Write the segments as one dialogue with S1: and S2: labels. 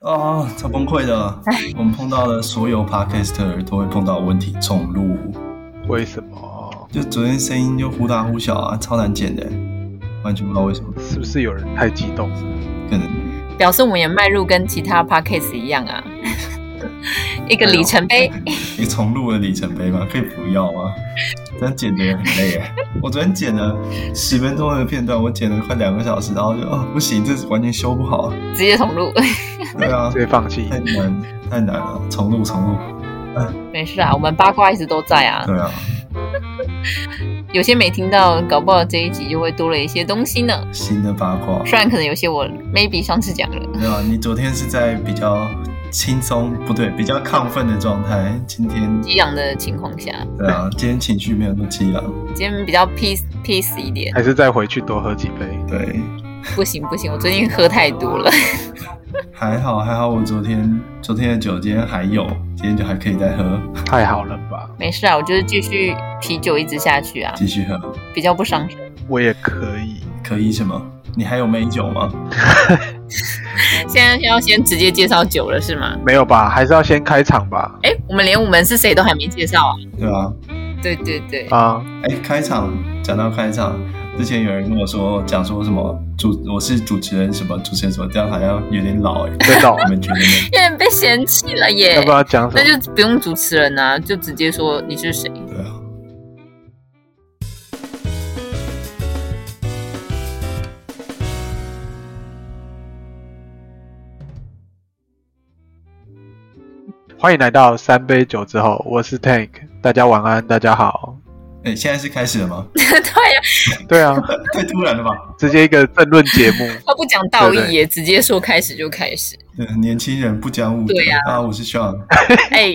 S1: 啊，超崩溃的！我们碰到了所有 podcaster 都会碰到问题，重录。
S2: 为什么？
S1: 就昨天声音就忽大忽小啊，超难剪的，完全不知道为什么，
S2: 是不是有人太激动？
S1: 可能
S3: 表示我们也迈入跟其他 podcast 一样啊，一个里程碑。
S1: 你重录了里程碑吗？可以不要吗？这样剪的也很累耶。我昨天剪了十分钟的片段，我剪了快两个小时，然后就哦不行，这完全修不好。
S3: 直接重录，
S1: 对啊
S2: 直，接放弃
S1: 太？难太难了，重录重录。
S3: 没事啊，我们八卦一直都在啊。
S1: 对啊，
S3: 有些没听到，搞不好这一集就会多了一些东西呢。
S1: 新的八卦。
S3: 虽然可能有些我 maybe 上次讲了，
S1: 没有啊，你昨天是在比较轻松，不对，比较亢奋的状态。今天
S3: 激昂的情况下，
S1: 对啊，今天情绪没有那么激昂。
S3: 今天比较 peace peace 一点。
S2: 还是再回去多喝几杯？
S1: 对，
S3: 不行不行，我最近喝太多了。
S1: 还好还好，我昨天昨天的酒今天还有，今天就还可以再喝，
S2: 太好了吧？
S3: 没事啊，我就是继续啤酒一直下去啊，
S1: 继续喝。
S3: 比较不伤身。
S2: 我也可以。
S1: 可以什么？你还有美酒吗？
S3: 现在要先直接介绍酒了是吗？
S2: 没有吧？还是要先开场吧？
S3: 哎，我们连我们是谁都还没介绍啊。
S1: 对啊，
S3: 对对对，
S2: 啊，
S1: 哎，开场讲到开场，之前有人跟我说讲说什么主我是主持人什么主持人什么，这样好像有点老哎、
S2: 真 的哦
S1: 我们觉得呢？
S3: 有点被嫌弃了耶
S2: 要。不要讲什
S3: 那
S2: 么？
S3: 就不用主持人啊，就直接说你是谁。
S1: 对啊。
S2: 欢迎来到三杯酒之后，我是 Tank，大家晚安，大家好。
S1: 哎，现在是开始了吗？
S3: 对呀、
S2: 对啊，
S1: 太突然了吧！
S2: 直接一个政论节目。
S3: 他不讲道
S2: 对
S3: 义
S2: 对
S3: 耶，直接说开始就开 始。
S1: 对嗯年轻人不讲武德
S3: 对啊
S1: 啊！我是 Sean，
S3: 哎，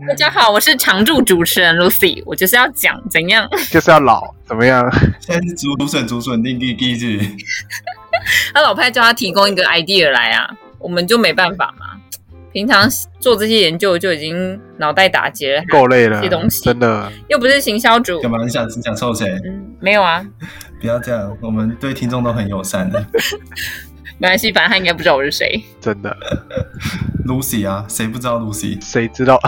S2: 嗯
S3: 大家好，我是常驻主持人 Lucy，我就是要讲怎样。
S2: 就是要老怎么样？
S1: 现在是竹笋竹笋定第第一日，
S3: 他老派叫他提供一个 idea 来啊，我们就没办法嘛。平常做这些研究就已经脑袋打结了，
S2: 够累了
S3: 这东，西
S2: 真的。
S3: 又不是行销主
S1: 干。嘛？你想你想臭谁？
S3: 嗯，没有啊，
S1: 不要这样，我们对听众都很友善的。
S3: 没关系，反正他应该不知道我是谁。
S2: 真的，
S1: Lucy 啊，谁不知道 Lucy？
S2: 谁知道？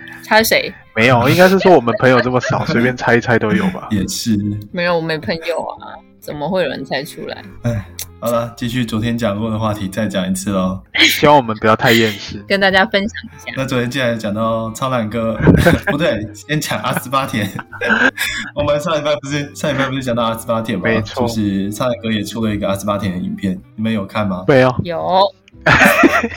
S3: 他是谁？
S2: 没有，应该是说我们朋友这么少，随便猜一猜都有吧。
S1: 也是，
S3: 没有，我没朋友啊，怎么会有人猜出来？
S1: 哎，好了，继续昨天讲过的话题，再讲一次喽。
S3: 哎
S2: 希望我们不要太厌世。
S3: 跟大家分享一下。
S1: 那昨天竟然讲到超懒哥， 不对，先讲阿斯巴 甜。我们上礼拜不是上礼拜不是讲到阿斯巴甜吗？
S2: 没错
S1: 就是超懒哥也出了一个阿斯巴甜的影片，你们有看吗？
S2: 没有，
S3: 有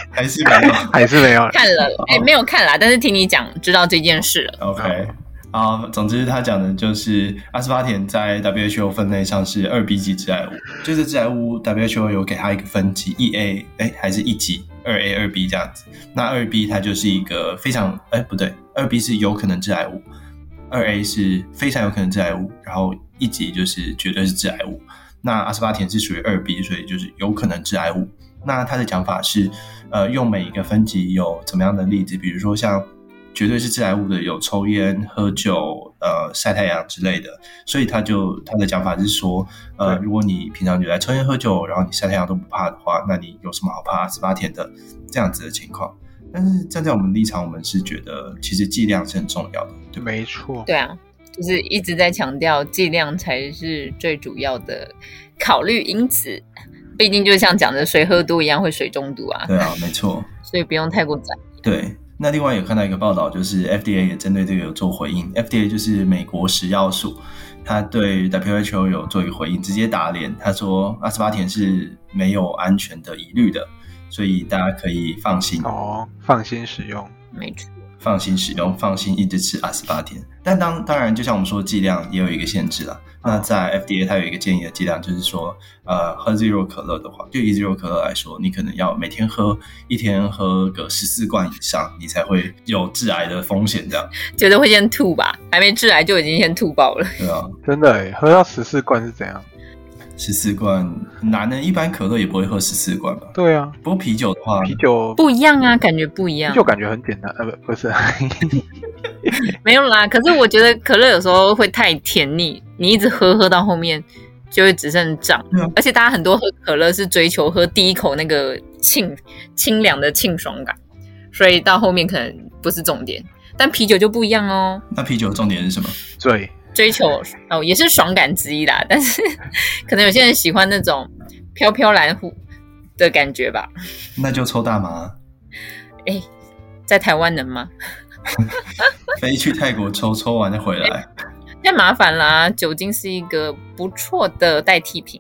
S1: 还是没有
S2: 还是没有。
S3: 看 了，哎、没有看啦，但是听你讲，知道这件事了。
S1: ？OK。啊，总之他讲的就是阿斯巴甜在 WHO 分类上是二 B 级致癌物，就是致癌物 WHO 有给它一个分级，一 A，哎，还是一级，二 A、二 B 这样子。那二 B 它就是一个非常，哎，不对，二 B 是有可能致癌物，二 A 是非常有可能致癌物，然后一级就是绝对是致癌物。那阿斯巴甜是属于二 B，所以就是有可能致癌物。那他的讲法是，呃，用每一个分级有怎么样的例子，比如说像绝对是致癌物的有抽烟、喝酒、呃晒太阳之类的，所以他就他的讲法是说，呃，
S2: 对
S1: 如果你平常就在抽烟喝酒，然后你晒太阳都不怕的话，那你有什么好怕阿斯巴甜的这样子的情况？但是站在我们立场，我们是觉得其实剂量是很重要的，对吧？
S2: 没错，
S3: 对啊，就是一直在强调剂量才是最主要的考虑因子。毕竟就像讲的，水喝多一样会水中毒啊，
S1: 对啊，没错。
S3: 所以不用太过在意。
S1: 对，那另外有看到一个报道，就是 FDA 也针对这个有做回应。FDA 就是美国食药署，他对 WHO 有做一个回应，直接打脸，他说阿斯巴甜是没有安全的疑虑的，所以大家可以放心
S2: 哦，放心使用。
S3: 没错，
S1: 放心使用，放心一直吃阿斯巴甜。但当当然，就像我们说，剂量也有一个限制啦。
S3: 嗯
S1: 那在 FDA 它有一个建议的剂量，就是说，呃，喝 zero 可乐的话，就以 zero 可乐来说，你可能要每天喝，一天喝个十四罐以上，你才会有致癌的风险， 这样
S3: 觉得会先吐吧，还没致癌就已经先吐爆了。
S1: 对啊，
S2: 真的诶，喝到十四罐是怎样？
S1: 十四罐很难的，一般可乐也不会喝十四罐吧。
S2: 对啊，
S1: 不过啤酒的话，
S2: 啤酒
S3: 不一样啊，感觉不一样
S2: 啤。酒感觉很简单，呃，不不是，
S3: 没有啦，可是我觉得可乐有时候会太甜腻，你一直喝喝到后面就会只剩胀
S1: 对啊。
S3: 而且大家很多喝可乐是追求喝第一口那个沁清凉的沁爽感，所以到后面可能不是重点。但啤酒就不一样哦，
S1: 那啤酒的重点是什么？
S2: 醉，
S3: 追求哦也是爽感之一啦，但 是可能有些人喜欢那种飘飘然乎的感觉吧。
S1: 那就抽大 麻，啊
S3: 哎，在台湾能吗？
S1: 飞去泰国抽，抽完再回
S3: 哎
S1: 来。
S3: 太麻烦啦，酒精是一个不错的代替品，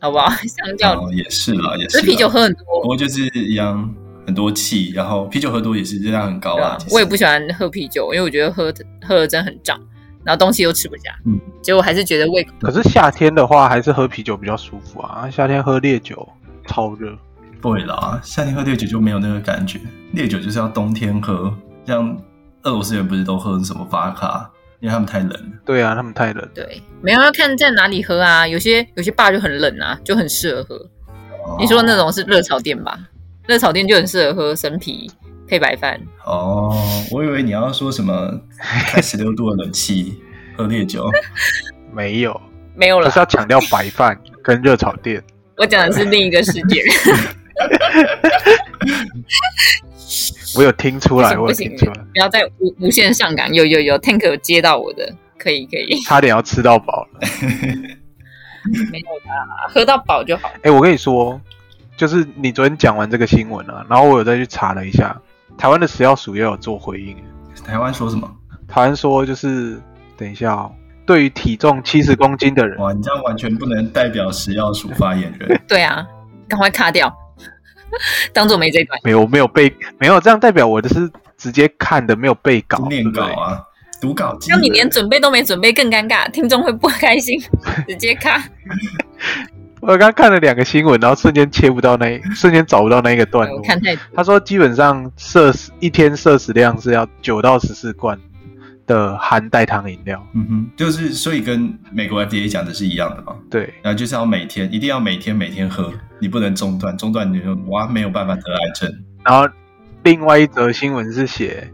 S3: 好不好？ 相较
S1: 哦，也是啦，也
S3: 只
S1: 是
S3: 是
S1: 啦。
S3: 啤酒喝很多，啊
S1: 不过就是一样很多气，然后啤酒喝多也是热量很高
S3: 对
S1: 啊
S3: 啊。
S1: 其，实
S3: 我也不喜欢喝啤酒，因为我觉得喝喝了真的很胀，然后东西又吃不下，
S1: 嗯
S3: 结果还是觉得胃口。
S2: 可是夏天的话还是喝啤酒比较舒服啊，夏天喝烈酒超热。
S1: 对啦，啊夏天喝烈酒就没有那个感觉，烈酒就是要冬天喝。像俄罗斯人不是都喝什么法卡，因为他们太冷了。
S2: 对啊，他们太冷。
S3: 对，没有要看在哪里喝啊，有些有些爸就很冷啊，就很适合喝。你说那种是热炒店吧？热炒店就很适合喝生啤配白饭，
S1: 哦，我以为你要说什么开十六度的冷气喝烈酒，
S2: 没有，
S3: 没有
S2: 可
S3: 了
S2: 是。要强调白饭 跟热炒店。
S3: 我讲的是另一个世界，
S2: 我有听 出来，我
S3: 不
S2: 有
S3: 行
S2: 听
S3: 不
S2: 出
S3: 行
S2: 来，，
S3: 不要再无无限上纲。有有有，Tank 有接到我的，可以可以，
S2: 差点要吃到饱了。
S3: 没有啦，喝到饱就好。
S2: 哎，我跟你说，就是你昨天讲完这个新闻啊，然后我有再去查了一下，台湾的食药署也有做回应。
S1: 台湾说什么？
S2: 台湾说就是，等一下哦，对于体重七十公斤的人，
S1: 哇，你这样完全不能代表食药署发言 人。
S3: 对啊，赶快卡掉， 当做没这一段。
S2: 没有没有被没有这样代表我的是直接看的，没有被稿，
S1: 念稿
S2: 对不对
S1: 啊，读稿机。
S3: 让你连准备都没准备，更尴尬，听众会不开心，直接卡。
S2: 我刚看了两个新闻，然后瞬间切不到 那一，瞬间找不到那一个段
S3: 我
S2: 落。
S3: 看太多，
S2: 他说，基本上摄食一天摄食量是要九到十四罐的含代糖饮料。
S1: 嗯哼，就是所以跟美国 FDA 讲的是一样的嘛，
S2: 对，
S1: 然后就是要每天，一定要每天每天喝，你不能中断，中断你就哇没有办法得癌症。
S2: 然后另外一则新闻是写，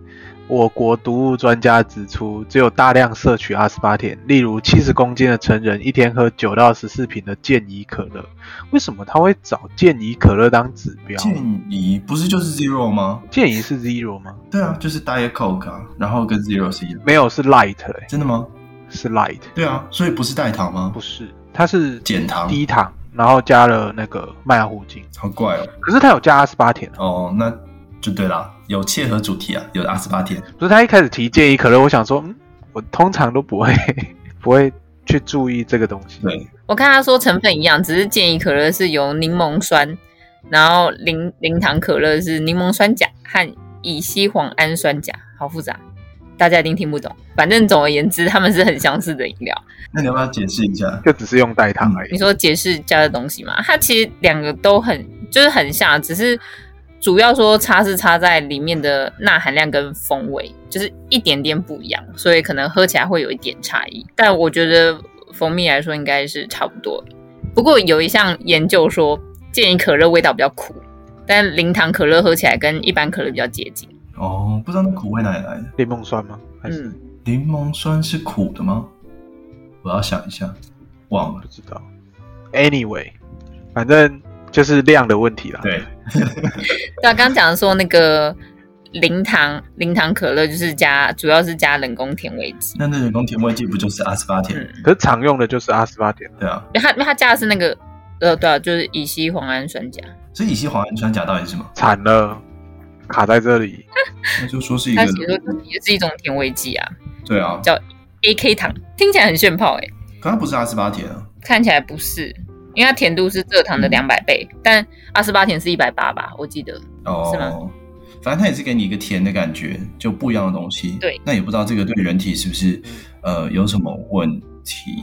S2: 我国毒物专家指出，只有大量摄取阿斯巴甜，例如七十公斤的成人一天喝九到十四瓶的健怡可乐，为什么他会找健怡可乐当指标？
S1: 建议不是就是 zero 吗？
S2: 健怡是 zero 吗？
S1: 对啊，就是 diet coke 啊，然后跟 zero 是一样，
S2: 没有，是 light，、欸、
S1: 真的吗？
S2: 是 light，
S1: 对啊，所以不是代糖吗
S2: 不？是，它是
S1: 减糖
S2: 低糖，然后加了那个麦芽糊精，
S1: 好怪哦。
S2: 可是它有加阿斯巴甜啊。
S1: 哦，那就对啦，有切合主题啊，有阿斯巴甜。
S2: 不是他一开始提建议可乐，我想说，嗯，我通常都不会 不会去注意这个东西。
S1: 对，
S3: 我看他说成分一样，只是建议可乐是由柠檬酸，然后零零糖可乐是柠檬酸钾和乙烯磺胺酸钾，好复杂，大家一定听不懂。反正总而言之，它们是很相似的饮料。
S1: 那你要不要解释一下？
S2: 就只是用代糖而已。
S3: 你说解释加的东西嘛，它其实两个都很就是很像，只是主要说差是差在里面的钠含量跟风味，就是一点点不一样，所以可能喝起来会有一点差异。但我觉得蜂蜜来说应该是差不多。不过有一项研究说，建议可乐味道比较苦，但零糖可乐喝起来跟一般可乐比较接近。
S1: 哦，不知道那苦味哪里来的？
S2: 柠檬酸吗？还是、
S3: 嗯，
S1: 柠檬酸是苦的吗？我要想一下，忘了
S2: 不。知道？Anyway，反正就是量的问题啦。，
S1: 对，
S3: 对啊，刚刚讲说那个零糖零糖可乐就是加主要是加人工甜味剂。
S1: 那那人工甜味剂不就是阿斯巴甜？
S3: 嗯，
S2: 可是常用的就是阿斯巴甜，
S1: 对啊，
S3: 因为它因为它加的是那个呃，对啊，就是乙烯磺胺酸钾，
S1: 所以乙烯磺胺酸钾到底是什么？
S2: 惨了，卡在这里。
S1: 那就说是一
S3: 它
S1: 个
S3: 其实也是一种甜味剂啊
S1: 对啊，
S3: 叫，AK 糖听起来很炫炮哎、
S1: 可它不是阿斯巴甜啊。
S3: 看起来不是，因为它甜度是蔗糖的
S1: 嗯
S3: 两百倍，但阿斯巴甜是一百八吧，我记得。是
S1: 哦
S3: 吗，
S1: 反正它也是给你一个甜的感觉，就不一样的东西。
S3: 对，
S1: 那也不知道这个对人体是不是呃有什么问题，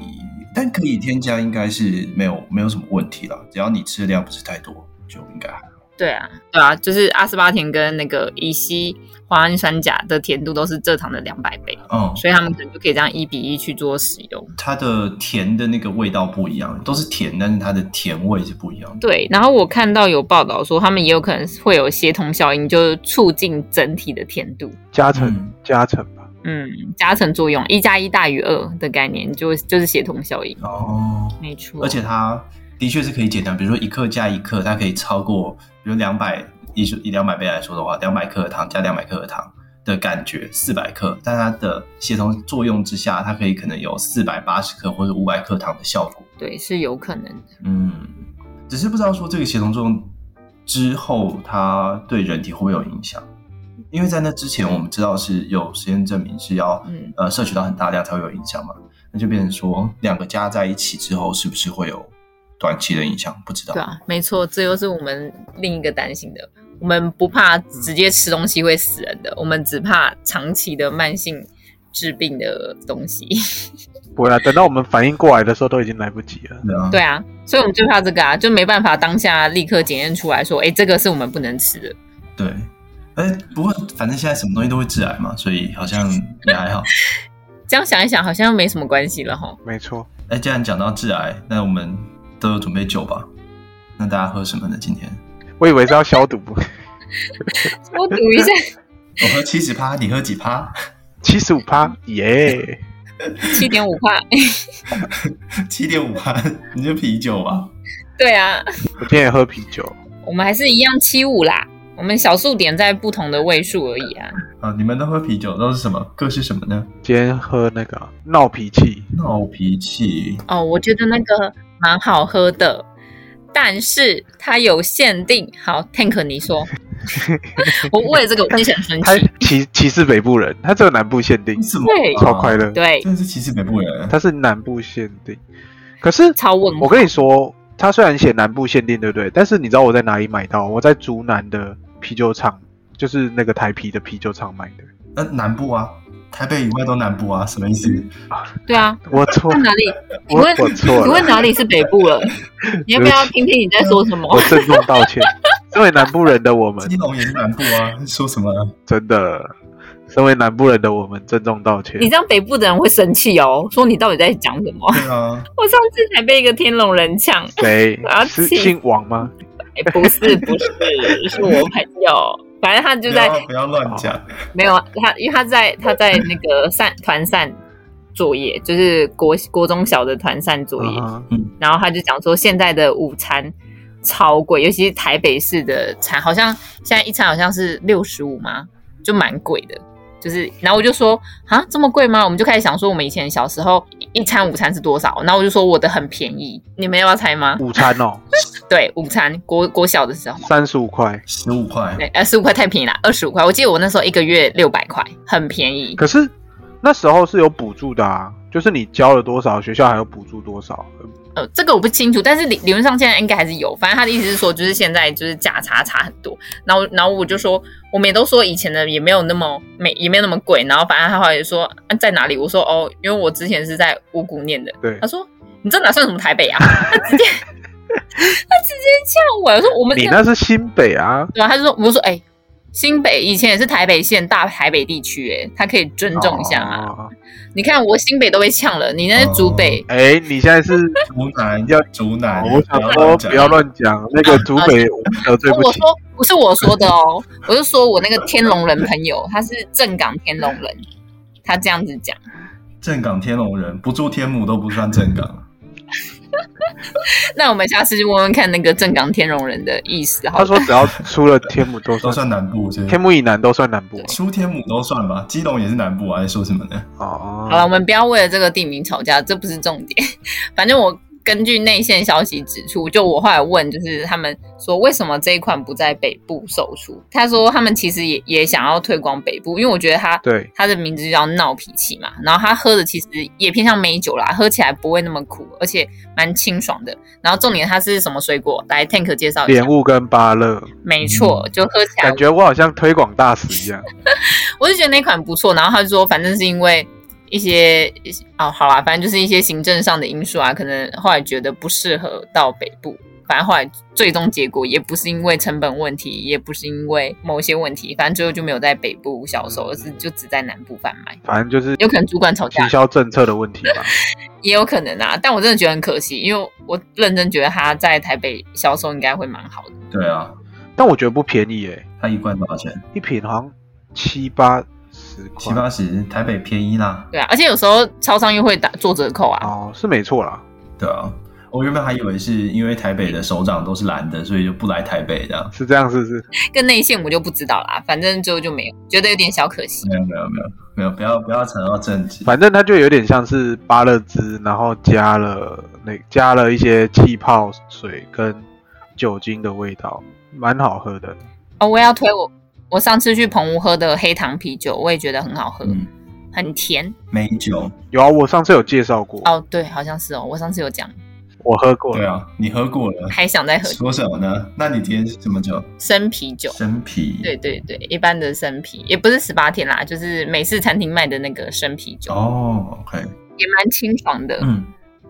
S1: 但可以添加应该是没有没有什么问题啦，只要你吃的量不是太多，就应该还好。
S3: 对啊，对啊，就是阿斯巴甜跟那个乙烯磺胺酸钾的甜度都是蔗糖的两百倍，
S1: 嗯，
S3: 所以他们可能就可以这样一比一去做使用。
S1: 它的甜的那个味道不一样，都是甜，但是它的甜味是不一样的。
S3: 对，然后我看到有报道说，他们也有可能会有协同效应，就是促进整体的甜度。
S2: 加成、
S1: 嗯
S2: 加成吧，
S3: 嗯，加成作用，一加一大于二的概念，就就是协同效应，
S1: 哦，
S3: 没错。
S1: 而且它的确是可以减量，比如说一克加一克，它可以超过，比比如两百以以两百倍来说的话，两百克的糖加两百克的糖的感觉，四百克，但它的协同作用之下，它可以可能有四百八十克或者五百克糖的效果。
S3: 对，是有可能的。
S1: 嗯，只是不知道说这个协同作用之后，它对人体会不会有影响？因为在那之前，我们知道是有实验证明是要
S3: 嗯，
S1: 呃摄取到很大量才会有影响嘛，那就变成说哦两个加在一起之后，是不是会有短期的影响？不知道
S3: 对。啊，没错，这又是我们另一个担心的。我们不怕直接吃东西会死人的，我们只怕长期的慢性治病的东西。
S2: 不会啦，等到我们反应过来的时候，都已经来不及了。
S1: 对啊，
S3: 对啊，所以我们就怕这个啊，就没办法当下立刻检验出来说，哎，这个是我们不能吃的。
S1: 对，哎，不过反正现在什么东西都会致癌嘛，所以好像也还好。
S3: 这样想一想，好像没什么关系了哈。
S2: 没错，
S1: 哎，既然讲到致癌，那我们都有准备酒吧？那大家喝什么呢？今天
S2: 我以为是要消毒，
S3: 我赌一下，
S1: 我喝七十趴，你喝几趴？
S2: 七十五趴，耶！
S3: 七点五帕。
S1: 七点五趴，你就啤酒吧。
S3: 对啊，
S2: 我今天也喝啤酒，
S3: 我们还是一样七五啦，我们小数点在不同的位数而已啊。
S1: 啊，你们都喝啤酒，都是什么？各是什么呢？
S2: 今天喝那个闹脾气，
S1: 闹脾气，
S3: 哦，我觉得那个蛮好喝的，但是它有限定。好，Tank，你说， 我为了这个我会很生
S2: 他
S3: 气。
S2: 歧歧视北部人，他只有南部限定
S1: 为，什么
S3: 对
S1: 啊
S2: 超快乐。
S3: 对，
S1: 真的是歧视北部人。
S2: 它是南部限定，可是
S3: 超问
S2: 我跟你说，它虽然写南部限定，对不对？但是你知道我在哪里买到？我在竹南的啤酒厂，就是那个台啤的啤酒厂买的。
S1: 那南部啊，台北以外都南部啊，什么意思？
S3: 对啊，
S2: 我错
S3: 问，哪里？你
S2: 我
S3: 问
S2: 我错
S3: 你
S2: 了
S3: 问，哪里是北部 了？你要不要听听你在说什
S2: 我
S3: 么？
S2: 郑重道歉。身为南部人的我们
S1: 基，隆也是南部啊，说什么啊？
S2: 真的，身为南部人的我们郑重道歉
S3: 你。这样北部的人会生气哦，说你到底在讲什么？
S1: 对 啊，
S3: 我上次才被一个天龙人呛，
S2: 谁
S3: 我要
S2: 是
S3: 气
S2: 姓王吗？
S3: 哎，不是不是， 是我朋友。反正他就
S1: 不
S3: 在
S1: 要不要乱讲。
S3: 没有啊他，因为他在他在那个散团散作业，就是国国中小的团散作业。
S2: 啊哈
S3: 然后他就讲说，现在的午餐超贵，尤其是台北市的餐，好像现在一餐好像是六十五嘛，就蛮贵的。就是，然后我就说啊，这么贵吗？我们就开始想说，我们以前小时候一一餐午餐是多少？然后我就说我的很便宜，你们要不要猜 吗？
S2: 午餐哦，
S3: 对，午餐国国小的时候，
S2: 三十五块。
S1: 十五块，
S3: 对，呃，十五块太便宜了，二十五块。我记得我那时候一个月六百块，很便宜。
S2: 可是那时候是有补助的啊，就是你交了多少，学校还有补助多少。
S3: 呃，这个我不清楚，但是理理论上现在应该还是有。反正他的意思是说，就是现在就是价差差很多。然后，然后我就说，我们也都说以前的也没有那么没也没有那么贵。然后反正他后来就说、啊、在哪里？我说哦，因为我之前是在五谷念的。
S2: 对
S3: 他，说你这哪算什么台北啊？他直接 他直接呛我，我说我们
S2: 你
S3: 这
S2: 那是新北啊，
S3: 对啊，他就说我就说哎、新北以前也是台北县大台北地区，哎，他可以尊重一下啊嘛。
S2: 哦
S3: 你看我新北都被呛了，你那是竹北。
S2: 哎、你现在是，
S1: 竹南
S2: 要
S1: 竹南，
S2: 我想
S1: 哎不
S2: 说
S1: 乱讲
S2: 不要乱讲，那个竹北我们得罪不
S3: 啊我
S2: 起。
S3: 说不是哦我说的哦，我是说我那个天龙人朋友，他是正港天龙人，他这样子讲，
S1: 正港天龙人不住天母都不算正港，
S3: 那我们下次就问问看那个正港天龙人的意思好
S2: 他
S3: 了。
S2: 说只要出了天母都
S1: 都
S2: 算，
S1: 算南部，是不是
S2: 天母以南都算南部
S1: 出天母都算吧，基隆也是南部啊，还说什么呢？
S2: 哦。
S3: 好了，我们不要为了这个地名吵架，这不是重点。 反正我根据内线消息指出，就我后来问，就是他们说为什么这一款不在北部售出？他说他们其实也也想要推广北部，因为我觉得他
S2: 对，
S3: 它的名字就叫闹脾气嘛，然后它喝的其实也偏向美酒啦，喝起来不会那么苦，而且蛮清爽的。然后重点它是什么水果？来 Tank 介绍一下
S2: 莲。雾跟芭乐，
S3: 没错，就喝起来
S2: 感，觉我好像推广大使一样。
S3: 我就觉得那款不错。然后他就说，反正是因为一些哦，好啦，反正就是一些行政上的因素啊，可能后来觉得不适合到北部。反正后来最终结果也不是因为成本问题，也不是因为某些问题，反正最后就没有在北部销售，而是就只在南部贩卖。
S2: 反正就是
S3: 有可能主管吵架
S2: 行销政策的问题 吧。
S3: 也有可能啊，但我真的觉得很可惜，因为我认真觉得它在台北销售应该会蛮好的。
S1: 对啊，
S2: 但我觉得不便宜诶，
S1: 它一罐多少钱？
S2: 一瓶好像七八十
S1: 七
S2: 块。
S1: 八十，台北便宜啦，哦
S3: 对啊，而且有时候超商又会打做折扣啊。
S2: 哦，是没错啦。
S1: 对啊。我原本还以为是因为台北的首长都是蓝的，所以就不来台北这样。
S2: 是这样是不是？
S3: 跟内线我就不知道啦，反正最后就没有，觉得有点小可惜。
S1: 没有没有没有没有，不要不要扯到政治。
S2: 反正它就有点像是芭乐汁，然后加了呃那加了一些气泡水跟酒精的味道，蛮好喝的。
S3: 哦，我也要推我我上次去澎湖喝的黑糖啤酒，我也觉得很好喝，
S1: 嗯，
S3: 很甜。
S1: 美酒，
S2: 有啊，我上次有介绍过，
S3: 哦，对，好像是哦，我上次有讲，
S2: 我喝过
S1: 对
S2: 了。
S1: 啊，你喝过了，
S3: 还想再喝
S1: 说什么呢？那你今天是什么酒？
S3: 生啤酒。
S1: 生啤。
S3: 对对对，一般的生啤也不是十八天啦，就是美式餐厅卖的那个生啤酒，
S1: 哦，OK，
S3: 也蛮清爽的。
S1: 嗯，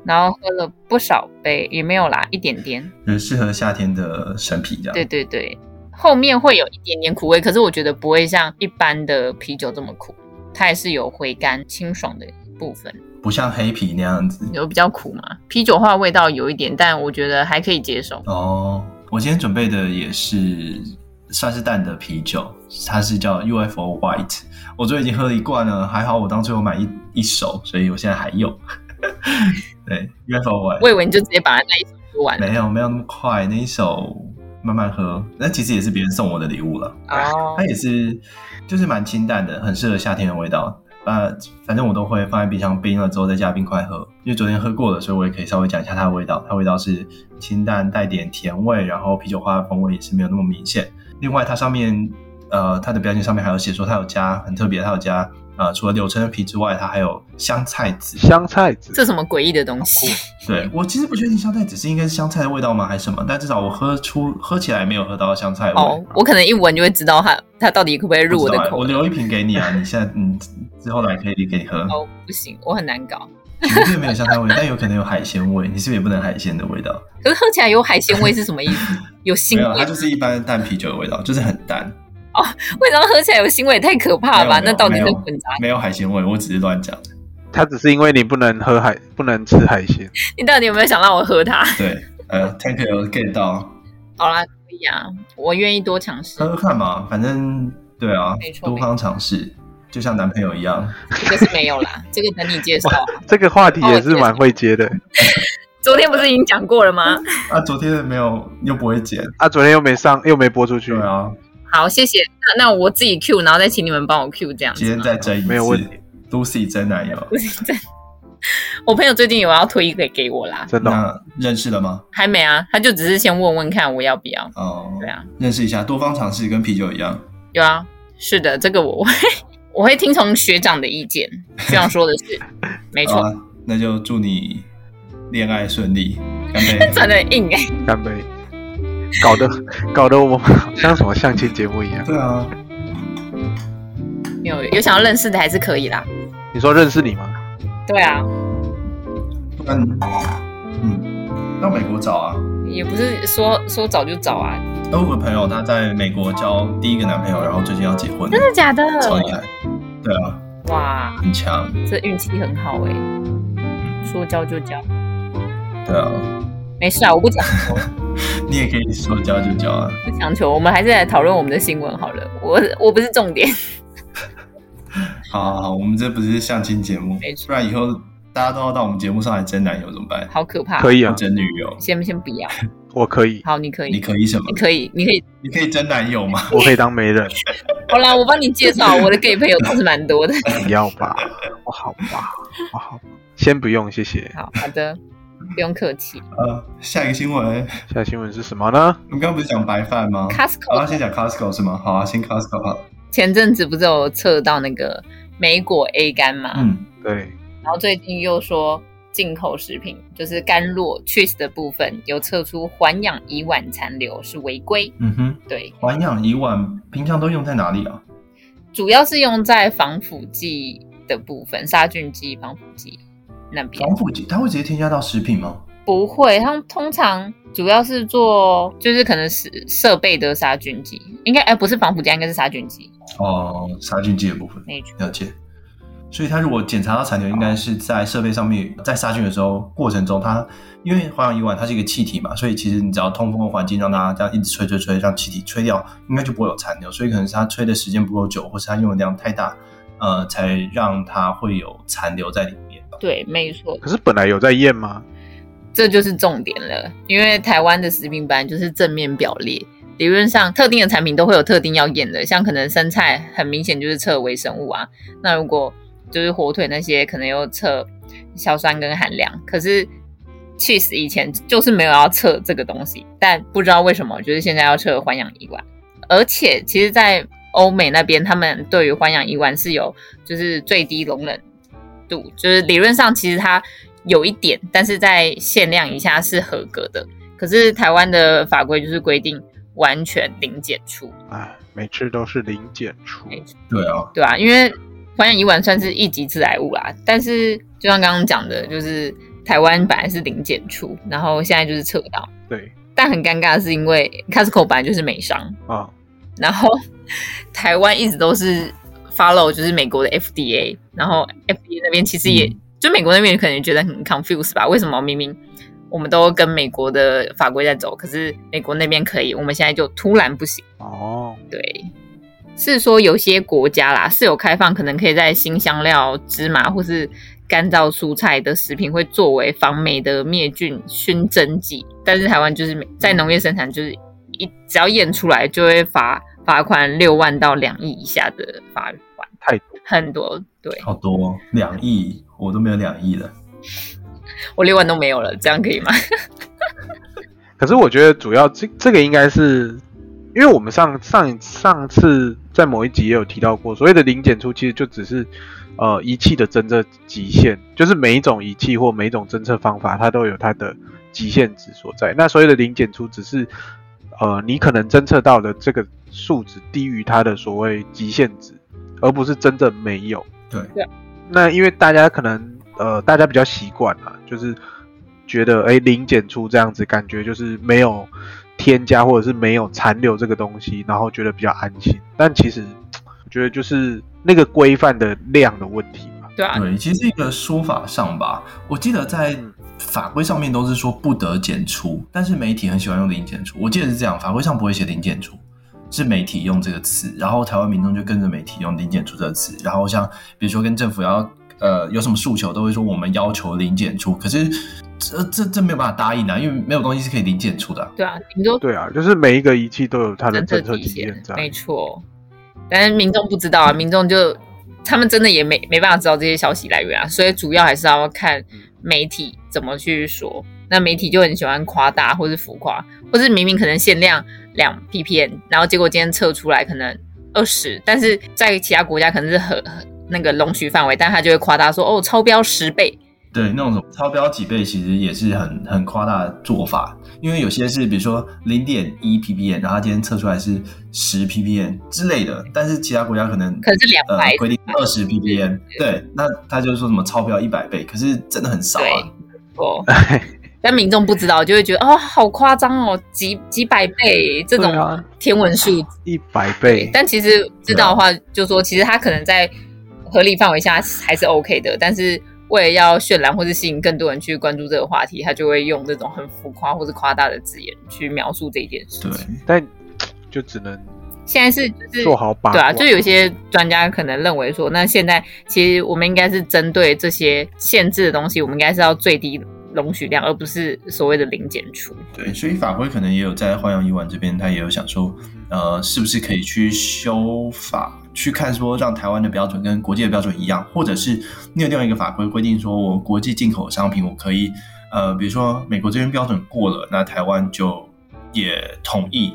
S3: 然后喝了不少杯，也没有啦，一点点。
S1: 很适合夏天的生啤这样。
S3: 对对对，后面会有一点点苦味，可是我觉得不会像一般的啤酒这么苦，它也是有回甘清爽的部分，
S1: 不像黑啤那样子。
S3: 有比较苦嘛。啤酒花的味道有一点，但我觉得还可以接受。
S1: 哦，我今天准备的也是算是淡的啤酒，它是叫 UFO White。我昨天已经喝了一罐了，还好我当初有买一一手，所以我现在还有。 对，UFO
S3: 我
S1: White
S3: 以为你就直接把它那一瓶喝完了
S1: 没有没有那么快，那一手慢慢喝。那其实也是别人送我的礼物了。
S3: 哦
S1: 它，也是就是蛮清淡的，很适合夏天的味道。呃，反正我都会放在冰箱冰了之后再加冰块喝，因为昨天喝过了，所以我也可以稍微讲一下它的味道。它味道是清淡，带点甜味，然后啤酒花的风味也是没有那么明显。另外，它上面呃它的标签上面还有写说它有加很特别，它有加呃除了柳橙皮之外，它还有香菜籽。
S2: 香菜籽
S1: 哦
S3: 这什么诡异的东西？
S1: 对我其实不确定香菜籽是应该是香菜的味道吗，还是什么？但至少我喝出喝起来没有喝到香菜味。
S3: 哦，我可能一闻就会知道它它到底可不可以入我
S1: 不知
S3: 的
S1: 道欸
S3: 口
S1: 我
S3: 味。
S1: 留一瓶给你啊，你现在嗯之后来可以给你喝。
S3: 哦，不行，我很难搞。
S1: 绝对没有香菜味，但 有可能有海鲜味。你是不是也不能海鲜的味道？
S3: 可是喝起来有海鲜味是什么意 思？有腥
S1: 没
S3: 味
S1: 有，它
S3: 吗？
S1: 就是一般淡啤酒的味道，就是很淡，
S3: 为什么喝起来有腥味？也太可怕了
S1: 没
S3: 吧！
S1: 有没有
S3: 那到底是
S1: 没有
S3: 混杂？
S1: 没有海鲜味。我只是乱讲。
S2: 它只是因为你不能喝海，不能吃海鲜。
S3: 你到底有没有想让我喝它？
S1: 对，呃，Tank 有 get 到，
S3: 好啦，可以啊，我愿意多尝试
S1: 喝。喝看嘛，反正对啊
S3: 没，错
S1: 多方尝试，就像男朋友一样。
S3: 这个是没 有啦，这个等你介绍啊。
S2: 这个话题也是蛮会接
S1: 哦
S2: 的
S3: 昨天不是已经讲过了吗？
S1: 啊，昨天的没有，又不会剪。
S2: 啊，昨天又没上，又没播出去
S1: 对，啊，
S3: 好，谢谢。那那我自己 Q，然后再请你们帮我 Q 这样子
S1: 今
S3: 吗。
S1: 天再争一次。
S2: 没有问题
S1: Lucy 真男友，
S3: 不是真的。我朋友最近有要推一个给我啦，
S2: 真的哦。
S1: 那认识了吗？
S3: 还没啊，他就只是先问问看我要不要。
S1: 哦
S3: 对，啊，
S1: 认识一下，多方尝试跟啤酒一样。
S3: 有啊，是的，这个我 会我会听从学长的意 见，学长说的是没
S1: 好
S3: 错，。
S1: 啊，那就祝你恋爱顺利，干杯
S3: 真的硬哎、
S2: 干杯！搞得 搞得我们好像什么相亲节目一样。
S1: 对啊。
S3: 没有有想要认识的还是可以啦。
S2: 你说认识你吗？
S3: 对啊，
S1: 但嗯，到美国找啊。
S3: 也不是说说找就找啊，
S1: 我有个朋友，她在美国交第一个男朋友，然后最近要结婚，
S3: 真的假的？
S1: 超厉害。对啊，
S3: 哇，
S1: 很强。
S3: 这运气很好哎、说交就交，
S1: 对啊，
S3: 没事啊，我不讲
S1: 你也可以说交就交啊。
S3: 不强求，我们还是来讨论我们的新闻好了。我我不是重点，
S1: 好好好，我们这不是相亲节目
S3: 没，错
S1: 不然以后大家都要到我们节目上来争男友怎么办？
S3: 好可怕。
S2: 可
S3: 以，
S2: 以啊，
S1: 争女友，
S3: 先先不要。
S2: 我可以，
S3: 好，你可以，
S1: 你可以什么
S3: 你？可以，你可以。
S1: 你可以争男友吗？
S2: 我可以当媒人，
S3: 好啦，我帮你介 绍，我的 gay 朋友倒是蛮多的。
S2: 不要吧？我好吧，我好吧，先不用，谢谢。
S3: 好好的，不用客气。
S1: 呃，下一个新闻，
S2: 下新闻是什么呢？
S1: 我们刚刚不是讲白饭吗？好啊，
S3: Costco
S1: 先讲 Costco 是吗？好啊，先 Costco 好了。
S3: 前阵子不是有测到那个莓果 A 肝嘛，
S1: 嗯，
S2: 对，
S3: 然后最近又说进口食品就是甘露 cheese 的部分有测出环氧乙烷残留是违规。
S1: 嗯哼，
S3: 对，
S1: 环氧乙烷平常都用在哪里啊？
S3: 主要是用在防腐剂的部分，杀菌剂、防腐剂那边
S1: 防腐剂它会直接添加到食品吗？
S3: 不会。他们通常主要是做就是可能是设备的杀菌剂，应该哎、不是防腐剂，应该是杀菌剂，
S1: 哦，杀菌剂的部分
S3: 没错。
S1: 了解。所以它如果检查到残留，应该是在设备上面在杀菌的时候过程中，它因为环氧乙烷它是一个气体嘛，所以其实你只要通风的环境让它这样一直吹吹吹，让气体吹掉，应该就不会有残留。所以可能是它吹的时间不够久，或是它用的量太大，呃，才让它会有残留在里面吧。
S3: 对，没错。
S2: 可是本来有在验吗？
S3: 这就是重点了，因为台湾的食品本来就是正面表列，理论上特定的产品都会有特定要验的，像可能生菜很明显就是测微生物啊，那如果就是火腿那些可能又测硝酸根含量，可是 cheese 以前就是没有要测这个东西，但不知道为什么就是现在要测环氧乙烷，而且其实，在欧美那边他们对于环氧乙烷是有就是最低容忍度，就是理论上其实它有一点，但是在限量以下是合格的。可是台湾的法规就是规定完全零检出，
S2: 哎，每次都是零检出，
S3: 没
S1: 对啊，
S3: 对啊，因为环氧乙烷算是一级致癌物啦，但是就像刚刚讲的，就是台湾本来是零检出，然后现在就是撤到，
S2: 对
S3: 但很尴尬的是因为 Costco 本来就是美商，
S2: 啊，
S3: 然后 台湾一直都是 follow 就是美国的 FDA，然后 FDA 那边其实也、就美国那边可能觉得很 confused 吧，为什么明明我们都跟美国的法规在走，可是美国那边可以，我们现在就突然不行？
S2: 哦，
S3: 对，是说有些国家啦是有开放，可能可以在新香料、芝麻或是干燥蔬菜的食品会作为防霉的灭菌熏蒸剂，但是台湾就是没在农业生产就是一只要验出来就会罚罚款六万到两亿以下的罚款，
S2: 太多，
S3: 很多。对
S1: 好多哦两亿，我都没有两亿了。
S3: 我六万都没有了，这样可以吗？
S2: 可是我觉得主要这这个应该是，因为我们上上上次在某一集也有提到过，所谓的零检出其实就只是呃仪器的侦测极限，就是每一种仪器或每一种侦测方法，它都有它的极限值所在。那所谓的零检出只是呃你可能侦测到的这个数值低于它的所谓极限值，而不是真的没有。
S1: 对
S3: 对。
S2: 那因为大家可能呃大家比较习惯啊，就是觉得哎零检出这样子，感觉就是没有添加或者是没有残留这个东西，然后觉得比较安心。但其实我觉得就是那个规范的量的问题嘛。
S3: 对啊，
S1: 对，其实一个说法上吧，我记得在
S2: 嗯
S1: 法规上面都是说不得检出，但是媒体很喜欢用零检出。我记得是这样，法规上不会写零检出，是媒体用这个词，然后台湾民众就跟着媒体用零检出这个词，然后像比如说跟政府要呃有什么诉求，都会说我们要求零检出，可是这这这没有办法答应啊，因为没有东西是可以零检出的啊、
S3: 对啊，你说
S2: 对啊，就是每一个仪器都有它的
S3: 政
S2: 政
S3: 策
S2: 策
S3: 底
S2: 极限
S3: 线，
S2: 在
S3: 没。错。但是民众不知道啊，民众就他们真的也没没办法知道这些消息来源啊，所以主要还是要看媒体怎么去说。那媒体就很喜欢夸大或是浮夸，或是明明可能限量两 ppm，然后结果今天测出来可能二十，但是在其他国家可能是很很那个容许范围，但他就会夸大说哦超标十倍，
S1: 对，那种什么超标几倍，其实也是很很夸大的做法，因为有些是比如说零点一 ppm，然后它今天测出来是十 ppm 之类的，但是其他国家可能
S3: 可能是两
S1: 呃
S3: 百、
S1: 规定二十 ppm，对，那他就说什么超标一百倍，可是真的很少啊。
S3: 哦。 但民众不知道，就会觉得哦，好夸张哦，几几百倍这种
S2: 对啊啊
S3: 天文数字。
S2: 一百倍，
S3: 但其实知道的话，就说其实它可能在合理范围下还是 OK 的，但是为了要渲染或是吸引更多人去关注这个话题，他就会用这种很浮夸或是夸大的字眼去描述这件事
S1: 对，
S3: 情。
S2: 但就只能
S3: 现在是就是
S2: 做好把
S3: 对
S2: 关。
S3: 啊，就有些专家可能认为说，那现在其实我们应该是针对这些限制的东西，我们应该是要最低容许量，而不是所谓的零检出。
S1: 对，所以法规可能也有在花样一晚这边，他也有想说，呃，是不是可以去修法，去看说让台湾的标准跟国际的标准一样，或者是你有另外一个法规规定说，我国际进口商品我可以，呃，比如说美国这边标准过了，那台湾就也同意。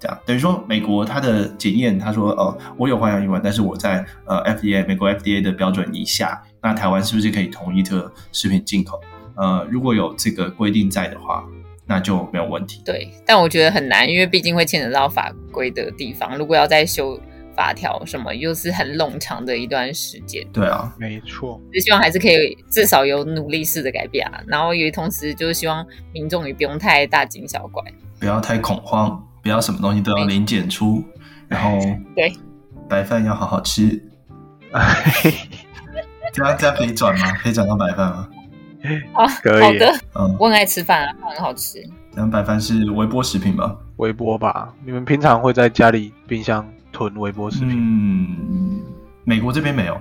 S1: 这样等于说，美国它的检验，他说，呃，我有环氧乙烷，但是我在呃 FDA 美国 FDA 的标准以下，那台湾是不是可以同意这个食品进口？呃，如果有这个规定在的话，那就没有问题。
S3: 对，但我觉得很难，因为毕竟会牵扯到法规的地方，如果要再修法条什么，又是很冗长的一段时间。
S1: 对啊，
S2: 没错，
S3: 就希望还是可以至少有努力式的改变啊，然后也同时就是希望民众也不用太大惊小怪。
S1: 不要太恐慌，不要什么东西都要零检出，然后
S3: 对
S1: 白饭要好好吃。这样这样可以转吗？可以转到白饭吗？
S3: 好，
S2: 可以
S3: 哦好的，
S1: 嗯，
S3: 我很爱吃饭啊，饭很好吃。
S1: 这样白饭是微波食品吧？
S2: 微波吧。你们平常会在家里冰箱囤微波食品？
S1: 嗯，美国这边没有，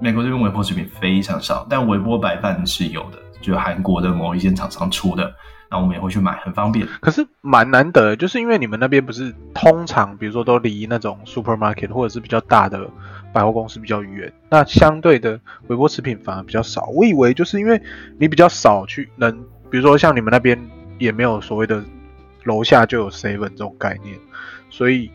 S1: 美国这边微波食品非常少，但微波白饭是有的。就韩国的某一些厂商出的，然后我们也会去买，很方便。
S2: 可是蛮难得的，就是因为你们那边不是通常，比如说都离那种 supermarket 或者是比较大的百货公司比较远，那相对的微波食品反而比较少。我以为就是因为你比较少去能，比如说像你们那边也没有所谓的楼下就有 seven 这种概念，所以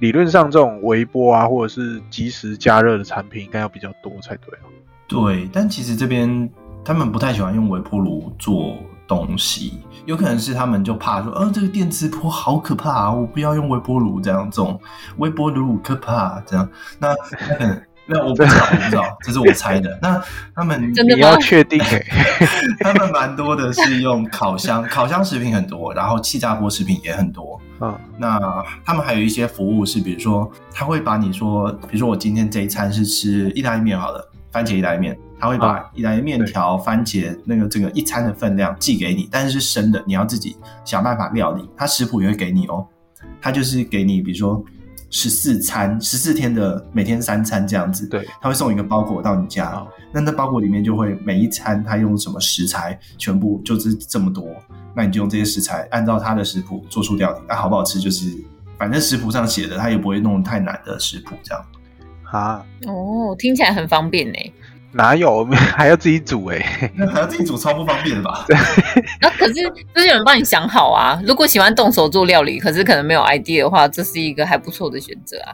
S2: 理论上这种微波啊或者是即时加热的产品应该要比较多才对啊。
S1: 对，但其实这边他们不太喜欢用微波炉做东西，有可能是他们就怕说，呃，这个电磁波好可怕啊，我不要用微波炉这样，这种微波炉可怕啊这样。那那可能那我不知道，我不知道，这是我猜的。那他们
S3: 真的
S2: 你
S3: 吗
S2: 要确定、欸，
S1: 他们蛮多的是用烤箱，烤箱食品很多，然后气炸锅食品也很多。
S2: 嗯，
S1: 那他们还有一些服务是，比如说他会把你说，比如说我今天这一餐是吃意大利面好了，番茄意大利面，他会把
S2: 啊
S1: 意大利面条、番茄那个整个一餐的分量寄给你，但是是生的，你要自己想办法料理。他食谱也会给你哦，他就是给你比如说十四餐、十四天的每天三餐这样子，
S2: 对，啊
S1: 他会送一个包裹到你家。
S2: 好，
S1: 那那包裹里面就会每一餐它用什么食材，全部就是这么多。那你就用这些食材，按照它的食谱做出料理，那、好不好吃就是，反正食谱上写的，它也不会弄太难的食谱这样。
S2: 啊，
S3: 哦，听起来很方便呢。
S2: 哪有？ 我们还要自己煮哎、
S1: 那还要自己煮，超不方便的吧？
S3: 那、可是就是有人帮你想好啊。如果喜欢动手做料理，可是可能没有 idea 的话，这是一个还不错的选择啊。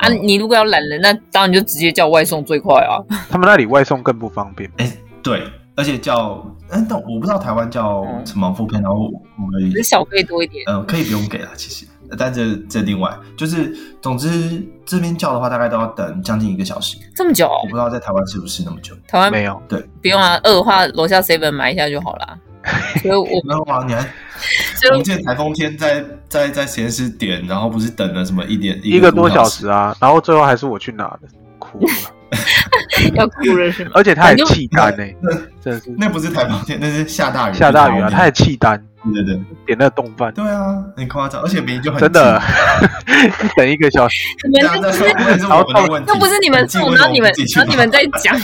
S3: 啊，
S1: 嗯
S3: 你如果要懒人，那当然就直接叫外送最快啊。
S2: 他们那里外送更不方便。
S1: 对，而且叫，嗯，但我不知道台湾叫什么副片，然后我们
S3: 只是小费多一点。
S1: 嗯，可以不用给了，其实，但这这另外就是，总之这边叫的话，大概都要等将近一个小时，
S3: 这么久哦、
S1: 我不知道在台湾是不是那么久。
S3: 台湾
S2: 没有，
S3: 不用啊，饿的话楼下 seven 买一下就好 啦。所以我
S1: 没有啊，你还我
S3: 就
S1: 们之前台风天在在在实验室点，然后不是等了什么一点
S2: 一个多小时
S1: 时，
S2: 啊，然后最后还是我去拿的，哭了。
S3: 要哭了是吗？
S2: 而且他还弃单呢、真的是
S1: 那不是台风天，那是下大雨。
S2: 下大雨啊，他
S1: 太
S2: 还弃单，
S1: 对对对
S2: 点那个冻饭，
S1: 对啊，很夸张，而且明明就很
S2: 真的，等一一个小时，
S3: 你
S1: 近。这样
S3: 们
S1: 在
S3: 那不
S1: 说
S3: 是
S1: 问是我们的问题，
S3: 那不是你们
S1: 很近
S3: 送，
S1: 为
S3: 然
S1: 什
S3: 后
S1: 么
S3: 你们
S1: 不自己去
S3: 然后你们
S1: 买
S3: 在讲，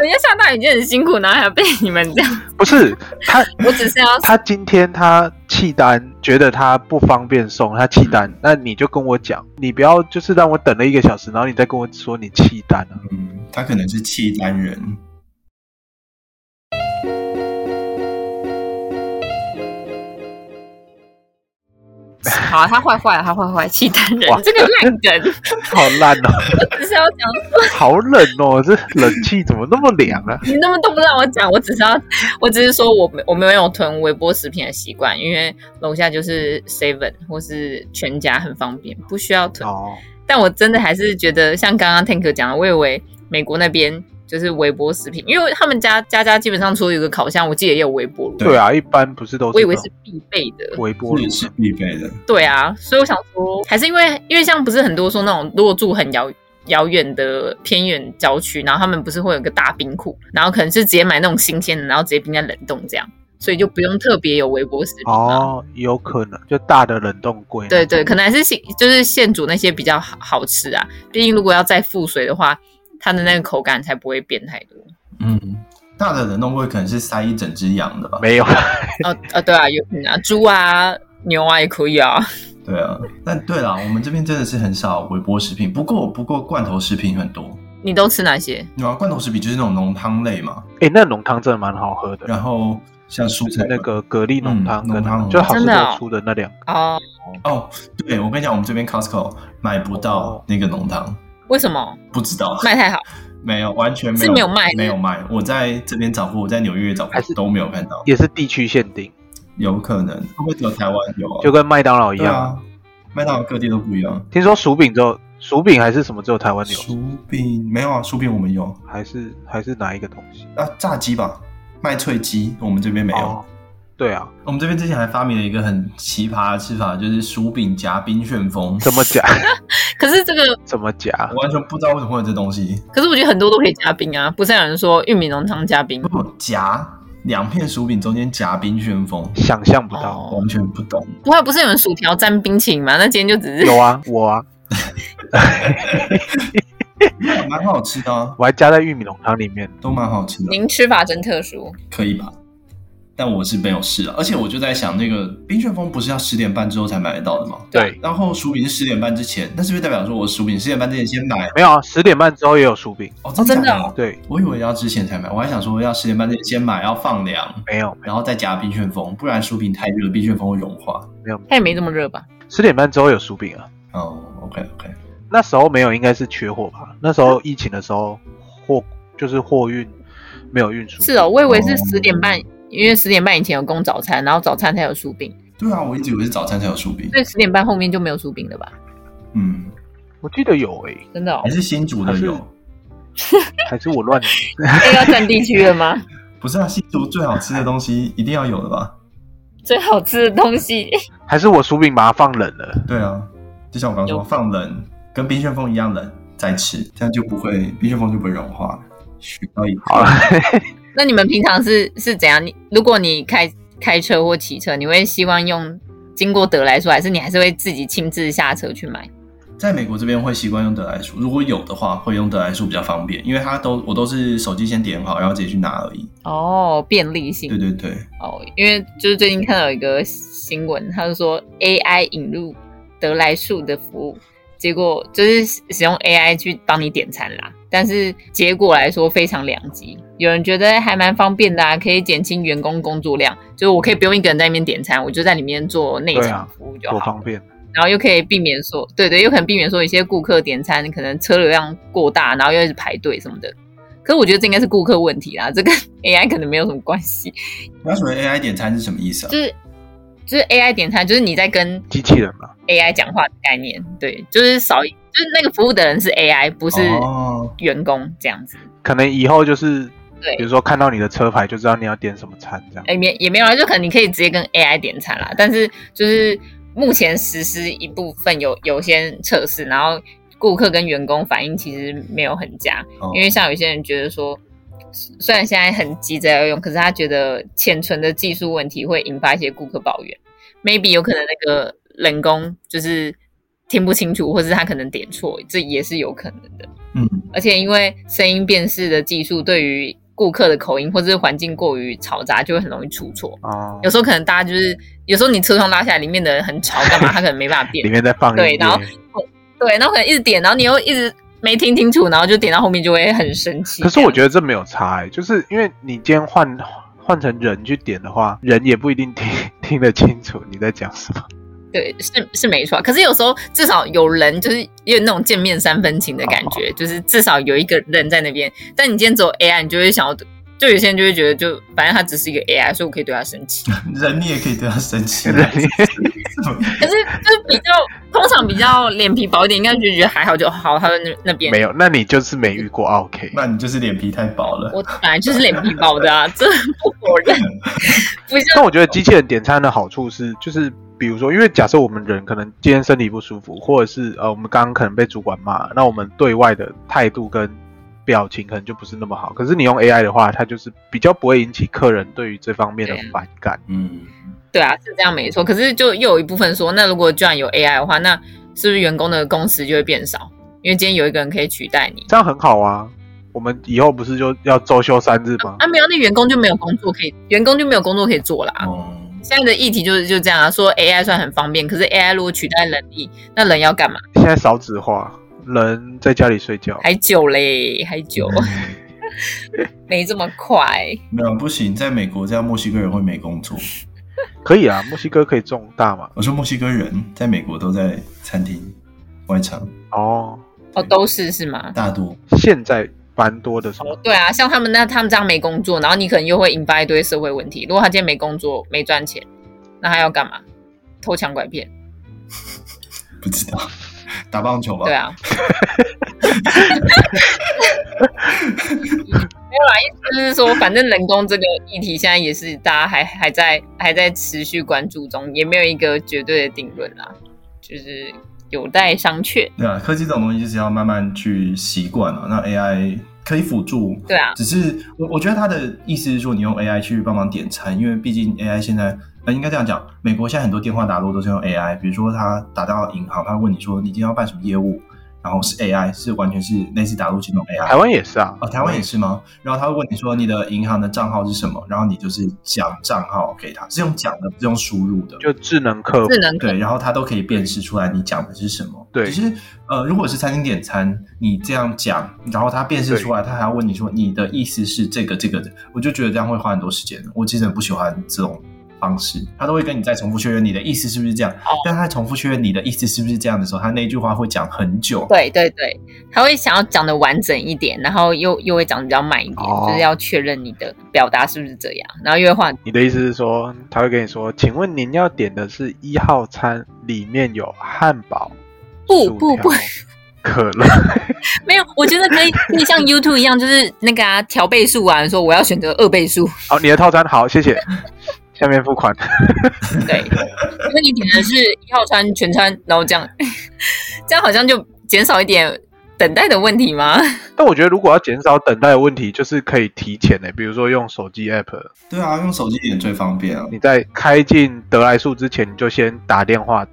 S3: 人家下大雨就很辛苦，然后还要被你们这样。
S2: 不是他，
S3: 我只是要
S2: 他今天他弃单，觉得他不方便送，他弃单，那你就跟我讲，你不要就是让我等了一个小时，然后你再跟我说你弃单啊。
S1: 嗯，他可能是契丹人。
S3: 好，他坏坏了，他坏坏，契丹人
S2: 哇
S3: 这个烂梗，
S2: 好烂哦，
S3: 只是要讲，
S2: 好冷哦，这冷气怎么那么凉啊？
S3: 你那么都不让我讲，我只是要，我只是说我没我没有囤微波食品的习惯，因为楼下就是 seven 或是全家很方便，不需要囤。
S2: 哦，
S3: 但我真的还是觉得，像刚刚 Tank 讲的，我以为美国那边就是微波食品，因为他们家家家基本上除了有个烤箱，我记得也有微波炉，
S1: 对
S2: 对啊，一般不是都是
S3: 我以为
S2: 那
S3: 是
S2: 种
S3: 必备的。
S2: 微波炉
S1: 是是必备的，
S3: 对啊，所以我想说，还是因为因为像不是很多说那种如果住很遥遥远的偏远郊区，然后他们不是会有个大冰库，然后可能是直接买那种新鲜的，然后直接冰在冷冻这样，所以就不用特别有微波食品嘛。
S2: 哦，有可能就大的冷冻柜那种，
S3: 对对，可能还是现就是现煮那些比较好好吃啊。毕竟如果要再复水的话，它的那个口感才不会变太多。
S1: 嗯，大的冷冻柜可能是塞一整只羊的吧？
S2: 没有，
S3: 哦哦，对啊，有可能啊，猪啊、牛啊也可以啊。
S1: 对啊，但对啦，我们这边真的是很少微波食品，不过不过罐头食品很多。
S3: 你都吃哪些？
S1: 对啊，罐头食品就是那种浓汤类嘛，
S2: 哎，那浓汤真的蛮好喝的，
S1: 然后像蔬
S2: 就是
S1: 菜
S2: 那个蛤蜊浓汤
S1: 啊嗯浓
S2: 跟那
S1: 汤
S2: 个就好吃
S3: 真的哦
S2: 多出的那两个，
S3: 哦，
S1: 哦，对，我跟你讲，我们这边 Costco 买不
S2: 哦
S1: 到那个浓汤，
S3: 为什么
S1: 不知道
S3: 卖太好？
S1: 没有，完全没有，
S3: 是没有卖的
S1: 没有卖。我在这边找过，我在纽约也找过
S2: 还是，
S1: 都没有看到，
S2: 也是地区限定，
S1: 有可能会不会只有台湾有啊？
S2: 就跟麦当劳一
S1: 对
S2: 样。
S1: 啊，麦当劳各地都不一样。
S2: 听说薯饼只有薯饼还是什么只有台湾有，
S1: 薯饼没有啊，薯饼我们有
S2: 还是还是哪一个东西
S1: 啊，炸鸡吧，麦脆鸡我们这边没有。
S2: 哦对啊，
S1: 我们这边之前还发明了一个很奇葩的吃法，就是薯饼夹冰旋风，
S2: 怎么夹
S3: 可是这个，
S2: 怎么夹，
S1: 我完全不知道为什么会有这东西。
S3: 可是我觉得很多都可以加冰啊。不是有人说玉米浓汤加冰？
S1: 不夹两片薯饼中间夹冰旋风，
S2: 想象不到。
S3: 哦
S1: 完全不懂。
S3: 不会，不是有人
S2: 啊
S3: 薯条沾冰淇淋吗？那今天就只是
S2: 有啊，我啊，
S1: 蛮好吃的、啊，
S2: 我还加在玉米浓汤里面。
S1: 都蛮好吃的，
S3: 您吃法真特殊，
S1: 可以吧？但我是没有试啊，而且我就在想，那个冰旋风不是要十点半之后才买得到的吗？
S2: 对，
S1: 然后薯饼是十点半之前，那是不是代表说我薯饼十点半之前先买？
S2: 没有啊，十点半之后也有薯饼。
S1: 哦，
S3: 哦真的
S1: 假
S3: 哦
S2: 对，
S1: 我以为要之前才买，我还想说要十点半之前先买，要放凉，
S2: 没有，
S1: 然后再加冰旋风，不然薯饼太热，冰旋风会融化。
S3: 它也没这么热吧？
S2: 十点半之后有薯饼啊。
S1: 哦，OK OK，
S2: 那时候没有，应该是缺货吧？那时候疫情的时候，货就是货运没有运输。
S3: 是哦，，我以为是
S1: 哦
S3: 十点半，因为十点半以前有供早餐，然后早餐才有薯饼，
S1: 对啊，我一直以为是早餐才有薯饼，
S3: 所以十点半后面就没有薯饼了吧？
S1: 嗯，
S2: 我记得有诶、
S3: 真的哦
S1: 还，是新竹的有
S2: 还是。还是我乱
S3: 这哎要占地区了吗？
S1: 不是啊，新竹最好吃的东西一定要有的吧？
S3: 最好吃的东西，
S2: 还是我薯饼把它放冷了。
S1: 对啊，就像我刚刚
S3: 有
S1: 说，放冷跟冰旋风一样冷再吃，这样就不会冰旋风就不会融化。学到一
S2: 好了
S1: 课，，
S3: 那你们平常是是怎样？你如果你开开车或骑车，你会希望用经过德来说，还是你还是会自己亲自下车去买？
S1: 在美国这边会习惯用得来速，如果有的话会用得来速比较方便，因为它都我都是手机先点好，然后直接去拿而已。
S3: 哦，便利性
S1: 对对对，
S3: 哦，因为就是最近看到有一个新闻，他就说 AI 引入得来速的服务，结果就是使用 AI 去帮你点餐啦，但是结果来说非常两极。有人觉得还蛮方便的啊，可以减轻员工工作量，就是我可以不用一个人在那边点餐，我就在里面做内
S2: 对
S3: 场
S2: 啊
S3: 服务就
S2: 多
S3: 好，
S2: 方便。
S3: 然后又可以避免说，对对，又可能避免说一些顾客点餐可能车流量过大，然后又一直排队什么的。可是我觉得这应该是顾客问题啦，这跟 AI 可能没有什么关系。
S1: 那所谓 AI 点餐是什么意思啊
S3: 就？是就是 AI 点餐，就是你在跟
S2: 机器人嘛，
S3: AI 讲话的概念，对，就是少一就是那个服务的人是 AI，不是
S1: 哦，
S3: 员工这样子，
S2: 可能以后就是，
S3: 对
S2: 比如说看到你的车牌就知道你要点什么餐这样。
S3: 哎、没也没有啊，就可能你可以直接跟 AI 点餐啦，但是就是目前实施一部分有有些测试，然后顾客跟员工反应其实没有很佳，
S1: 哦
S3: 因为像有些人觉得说。虽然现在很急着要用，可是他觉得潜存的技术问题会引发一些顾客抱怨，maybe 有可能那个人工就是听不清楚，或是他可能点错，这也是有可能的。
S1: 嗯，
S3: 而且因为声音辨识的技术对于顾客的口音或者是环境过于嘈杂，就会很容易出错。
S2: 哦
S3: 有，时候可能大家就是，有时候你车窗拉下来，里面的人很吵， 干嘛他可能没办法
S2: 里
S3: 辨。
S2: 面在放
S3: 对
S2: 音
S3: 然后
S2: 乐。
S3: 对，然后可能一直点，然后你又一直没听清楚，然后就点到后面就会很生气。
S2: 可是我觉
S3: 得
S2: 得这没有差、欸，就是因为你今天换换成人去点的话，人也不一定听听得清楚你在讲什么。
S3: 对是是没错啊，可是有时候至少有人就是也有那种见面三分情的感觉，就是至少有一个人在那边。但你今天只有 AI，你就会想要，就有些人就会觉得就，反正他只是一个 AI，所以我可以对他生气。
S1: 人你也可以对他生气啊，
S2: 人也
S3: 可是就是比较通常比较脸皮薄一点，应该就觉得还好就好。他在那那边
S2: 没，有，那你就是没遇过啊 OK。
S1: 那你就是脸皮太薄了。
S3: 我本来就是脸皮薄的啊，这不否认。不像
S2: 但我觉得机器人点餐的好处是，就是比如说，因为假设我们人可能今天身体不舒服，或者是呃，我们刚刚可能被主管骂，那我们对外的态度跟表情可能就不是那么好。可是你用 AI 的话，它就是比较不会引起客人对于这方面的
S3: 对啊
S2: 反感。
S1: 嗯，
S3: 对啊，是这样没错。可是就又有一部分说，那如果居然有 AI 的话，那是不是员工的工时就会变少？因为今天有一个人可以取代你
S2: 这样很好啊。我们以后不是就要周休三日吗？
S3: 啊，没有，那员工就没有工作可以，员工就没有工作可以做啦。
S1: 哦，
S3: 现在的议题就是就这样啊，说 AI 算很方便，可是 AI 如果取代人力，那人要干嘛？
S2: 现在少子化，人在家里睡觉。
S3: 还久嘞，还久， 没这么快。
S1: 没有不行，在美国这样墨西哥人会没工作。
S2: 可以啊，墨西哥可以种大麻
S1: 我说墨西哥人在美国都在餐厅、外场
S2: 哦。
S3: 哦，都是是吗？
S1: 大多，
S2: 现在蛮多的什么
S3: 哦，对啊，像他们那他们这样没工作，然后你可能又会引发一堆社会问题。如果他今天没工作、没赚钱，那他要干嘛？偷抢拐骗？
S1: 不知道打棒球吧？
S3: 对 啊。没有啦，啊意思就是说，反正人工这个议题现在也是大家还还在还在持续关注中，也没有一个绝对的定论啦，就是有待商榷。
S1: 对啊，科技这种东西就是要慢慢去习惯啊。那 AI 可以辅助，
S3: 对啊，
S1: 只是我我觉得他的意思是说，你用 AI 去帮忙点餐，因为毕竟 AI 现在呃应该这样讲，美国现在很多电话打入都是用 AI，比如说他打到银行，他问你说你今天要办什么业务，然后是 AI，是完全是类似打入金融 AI。
S2: 台湾也是啊，
S1: 哦，台湾也是吗？然后他会问你说你的银行的账号是什么，然后你就是讲账号给他，是用讲的，不是用输入的。
S2: 就智能客服
S3: 智能
S1: 对，然后他都可以辨识出来你讲的是什么。
S2: 对
S1: 其实呃，如果是餐厅点餐，你这样讲，然后他辨识出来，他还要问你说你的意思是这个这个的，我就觉得这样会花很多时间。我其实很不喜欢这种方式，他都会跟你再重复确认你的意思是不是这样，但他重复确认你的意思是不是这样的时候，他那一句话会讲很久。
S3: 对对对，他会想要讲的完整一点，然后又又会讲的比较慢一点，
S2: 哦
S3: 就是要确认你的表达是不是这样，然后又会换
S2: 你的意思是说，他会跟你说，请问您要点的是一号餐，里面有汉堡、
S3: 不
S2: 薯
S3: 不
S2: 条
S3: 不，
S2: 可乐，
S3: 没有，我觉得可以可以像 YouTube 一样，就是那个啊调倍数啊，说我要选择二倍数，
S2: 好，你的套餐好，谢谢，下面付款。
S3: 对，因为你点的是一号餐全餐，然后这样 这样好像就减少一点等待的问题吗？
S2: 但我觉得如果要减少等待的问题，就是可以提前的、比如说用手机 app，
S1: 对啊，用手机点最方便啊。
S2: 你在开进得来速之前，你就先打电话，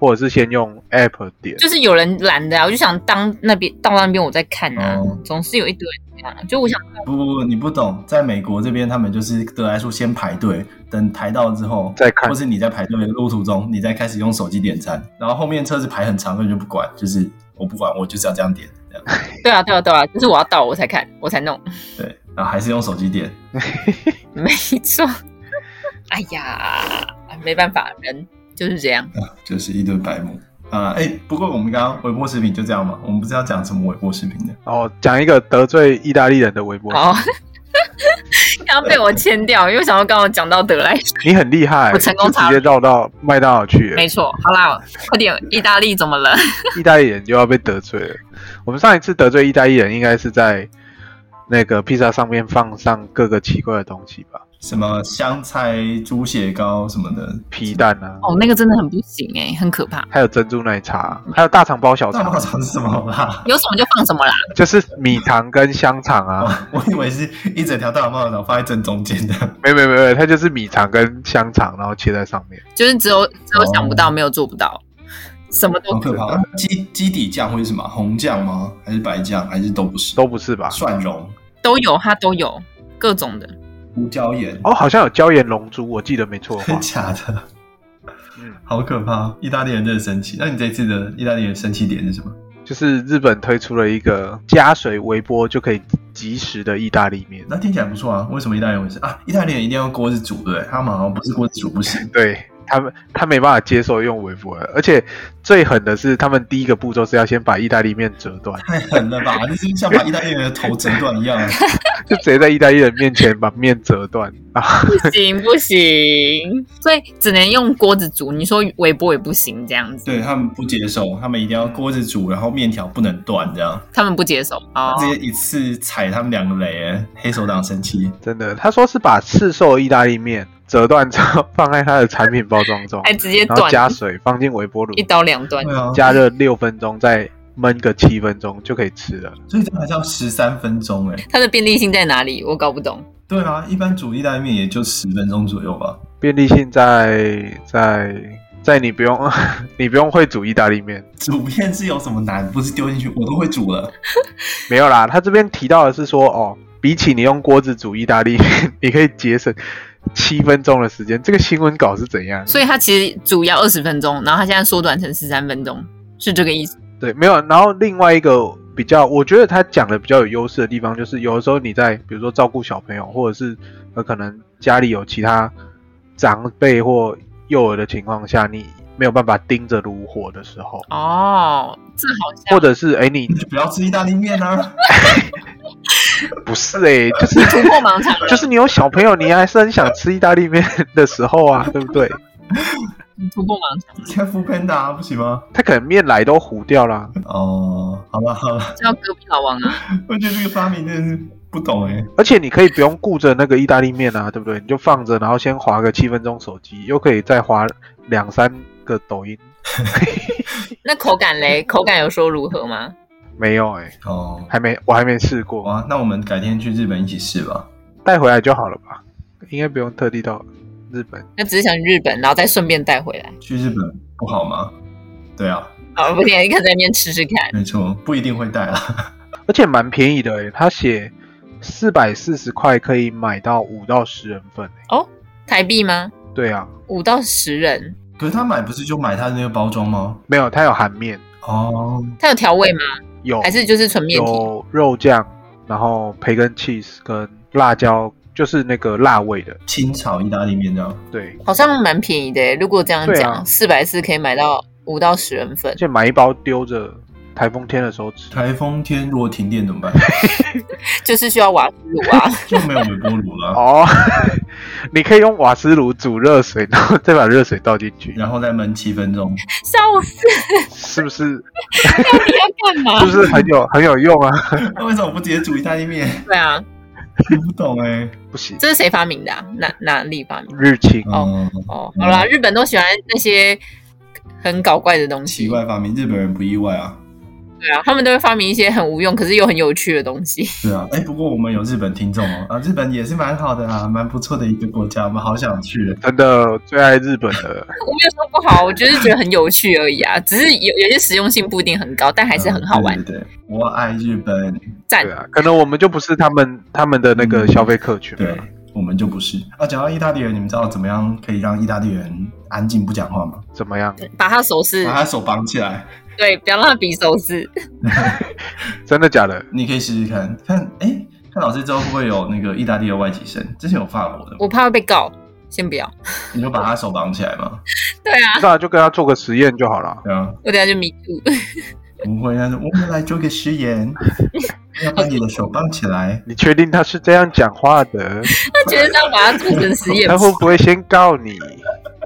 S2: 或者是先用 app 点。
S3: 就是有人懒的啊，我就想当那边到那边我再看啊，
S1: 哦
S3: 总是有一堆人这样，就我想
S1: 不不不，你不懂，在美国这边他们就是得来速先排队，等排到之后
S2: 再看
S1: 或是你在排队的路途中，你再开始用手机点餐，然后后面车子排很长，根本就不管，就是我不管，我就是要这样点，这 样
S3: 对啊对啊对啊，就是我要到我才看我才弄。
S1: 对，然后还是用手机点，
S3: 没错。 哎呀，没办法，人就是这
S2: 啊
S3: 样。
S1: 就是一顿白目啊！哎、不过我们刚刚微波食品就这样嘛，我们不是要讲什么微波食品的，
S2: 然后讲一个得罪意大利人的微博，
S3: 好， 然后被我签掉，因为想要刚刚讲到德莱士，
S2: 你很厉害、
S3: 我成功
S2: 就直接绕到麦当劳去、
S3: 没错。好啦，快点，意大利怎么了？
S2: 意大利人就要被得罪了。我们上一次得罪意大利人，应该是在那个披萨上面放上各个奇怪的东西吧，
S1: 什么香菜猪血糕什么的，
S2: 皮蛋啊，
S3: 哦，那个真的很不行哎、很可怕。
S2: 还有珍珠奶茶，啊还有嗯大肠包小
S1: 那
S2: 肠
S1: 我，讲什么啦？
S3: 有什么就放什么啦。
S2: 就是米肠跟香肠啊。
S1: 哦，我以为是一整条大棒肠放在正中间的。
S2: 没没没没，它就是米肠跟香肠，然后切在上面。
S3: 就是只有只有想不到，没有做不到，什么都
S1: 哦好可怕！基基底酱会是什么？红酱吗？还是白酱？还是都不是？
S2: 都不是吧？
S1: 蒜蓉、
S3: 都有，它都有各种的。
S1: 胡椒盐，
S2: 哦，好像有椒盐龙珠，我记得没错的
S1: 真
S2: 话
S1: 的， 假的？
S2: 嗯，
S1: 好可怕！意大利人真的生气。那你这次的意大利人生气点是什么？
S2: 就是日本推出了一个加水微波就可以即食的意大利面。
S1: 那听起来不错啊。为什么意大利人会是啊？意大利人一定要用锅子煮，对不对？他们好像不是锅子煮不行。
S2: 对他们，他没办法接受用微波的，而且最狠的是，他们第一个步骤是要先把意大利面折断，
S1: 太狠了吧！你是不是像把意大利人的头折断一样。啊
S2: 就直接在意大利人面前把面折断啊！
S3: 不行不行，所以只能用锅子煮。你说微波也不行，这样子，
S1: 对他们不接受，他们一定要锅子煮，然后面条不能断，这样
S3: 他们不接受哦。
S1: 直接一次踩他们两个雷。哎黑手党生气，
S2: 真的，他说是把市售意大利面折断之后放在他的产品包装 中，
S3: 哦还直接
S2: 然后
S3: 断
S2: 加水放进微波炉
S3: 一，刀两断
S1: 对，啊，
S2: 加热六分钟，再焖个七分钟就可以吃了。
S1: 所以这还是要十三分钟哎、
S3: 它的便利性在哪里？我搞不懂。
S1: 对啊，一般煮意大利面也就十分钟左右吧。
S2: 便利性在在在你不用 你不用会煮意大利面，
S1: 煮面是有什么难？不是丢进去，我都会煮了。
S2: 没有啦，他这边提到的是说，哦，比起你用锅子煮意大利 面，你可以节省七分钟的时间。这个新闻稿是怎样？
S3: 所以它其实煮要二十分钟，然后它现在缩短成十三分钟，是这个意思。
S2: 对，没有。然后另外一个比较，我觉得他讲的比较有优势的地方，就是有的时候你在比如说照顾小朋友，或者是呃可能家里有其他长辈或幼儿的情况下，你没有办法盯着炉火的时候，
S3: 哦，这好像
S2: 或者是哎你
S1: 你就不要吃意大利面啊！
S2: 不是哎、就是
S3: 突破盲肠。
S2: 就是你有小朋友，你还是很想吃意大利面的时候啊，对不对？
S3: 突破盲肠，
S1: 现在敷 Panda 啊不行吗？
S2: 他可能面来都糊掉啦。
S1: 哦，好了好了，
S3: 叫隔壁老王啊！
S1: 我觉得这个发明真的是不懂哎、
S2: 而且你可以不用顾着那个意大利面啊，对不对？你就放着，然后先划个七分钟手机，又可以再划两三个抖音。
S3: 那口感嘞？口感有说如何吗？
S2: 没有哎、
S1: 哦，
S2: 还没我还没试过，
S1: 哇，那我们改天去日本一起试吧。
S2: 带回来就好了吧？应该不用特地到日本。
S3: 那只是想去日本，然后再顺便带回来。
S1: 去日本不好吗？对啊，
S3: 好，不行，你可以在那边吃吃看。
S1: 没错，不一定会带啦。
S2: 而且蛮便宜的诶，他写四百四十块可以买到五到十人份诶。
S3: 台币吗？
S2: 对啊，
S3: 五到十人，
S1: 可是他买不是就买他的那个包装吗？
S2: 没有，它有含面，
S1: 哦，
S3: 它有调味吗？
S2: 有
S3: 还是就是纯面体？
S2: 哦有肉酱，然后培根 cheese 跟辣椒，就是那个辣味的。
S1: 清炒意大利面这样。
S2: 对，
S3: 好像蛮便宜的欸耶。如果这样
S2: 对啊
S3: 讲，四百四可以买到五到十人份
S2: 而。且买一包丢着，台风天的时候
S3: 嗯
S2: 吃。
S1: 台风天如果停电怎么办？
S3: 就是需要瓦斯炉啊，
S1: 就没有微波炉 了，
S2: 哦，你可以用瓦斯炉煮热水，然后再把热水倒进
S3: 嗯
S2: 去，
S1: 然后再焖七分钟。
S3: 笑死！
S2: 是不是？
S3: 你要干嘛？
S2: 是不是很有很有用啊？
S1: 那 为什么不直接煮意大利面？
S3: 对啊，
S1: 我不懂哎、
S2: 不行，
S3: 这是谁发明的、啊？哪哪里发明？
S2: 日清
S3: 哦
S1: 嗯，
S3: 哦，好啦，日本都喜欢那些很搞怪的东西
S1: 奇，怪发明，日本人不意外啊。
S3: 对啊，他们都会发明一些很无用可是又很有趣的东西。
S1: 对啊，哎、不过我们有日本听众哦，啊，日本也是蛮好的啊，蛮不错的一个国家，我们好想去。
S2: 真的最爱日本 了。
S3: 我没有说不好，我就是觉得很有趣而已啊，只是有有些实用性不一定很高，但还是很好玩。
S1: 嗯对对对，我爱日本。
S3: 赞、
S2: 对啊，可能我们就不是他们他们的那
S3: 嗯
S2: 个消费客群。
S1: 对，我们就不是啊。讲到意大利人，你们知道怎么样可以让意大利人安静不讲话吗？
S2: 怎么样？
S3: 把他手势，
S1: 把他手绑起来，
S3: 对，不要让他比手势。
S2: 真的假的？
S1: 你可以试试看看。哎、看老师之后会不会有那个意大利的外籍生？之前有法国的，
S3: 我怕会被告，先不要。
S1: 你就把他手绑起来嘛。
S3: 对啊，
S2: 那就跟他做个实验就好了。
S1: 对啊，
S3: 我等下就迷住。
S1: 不会，他说我们来做个实验，要把你的手绑起来。
S2: 你确定他是这样讲话的？
S3: 他觉得这样把它做成实验
S2: 他会不会先告你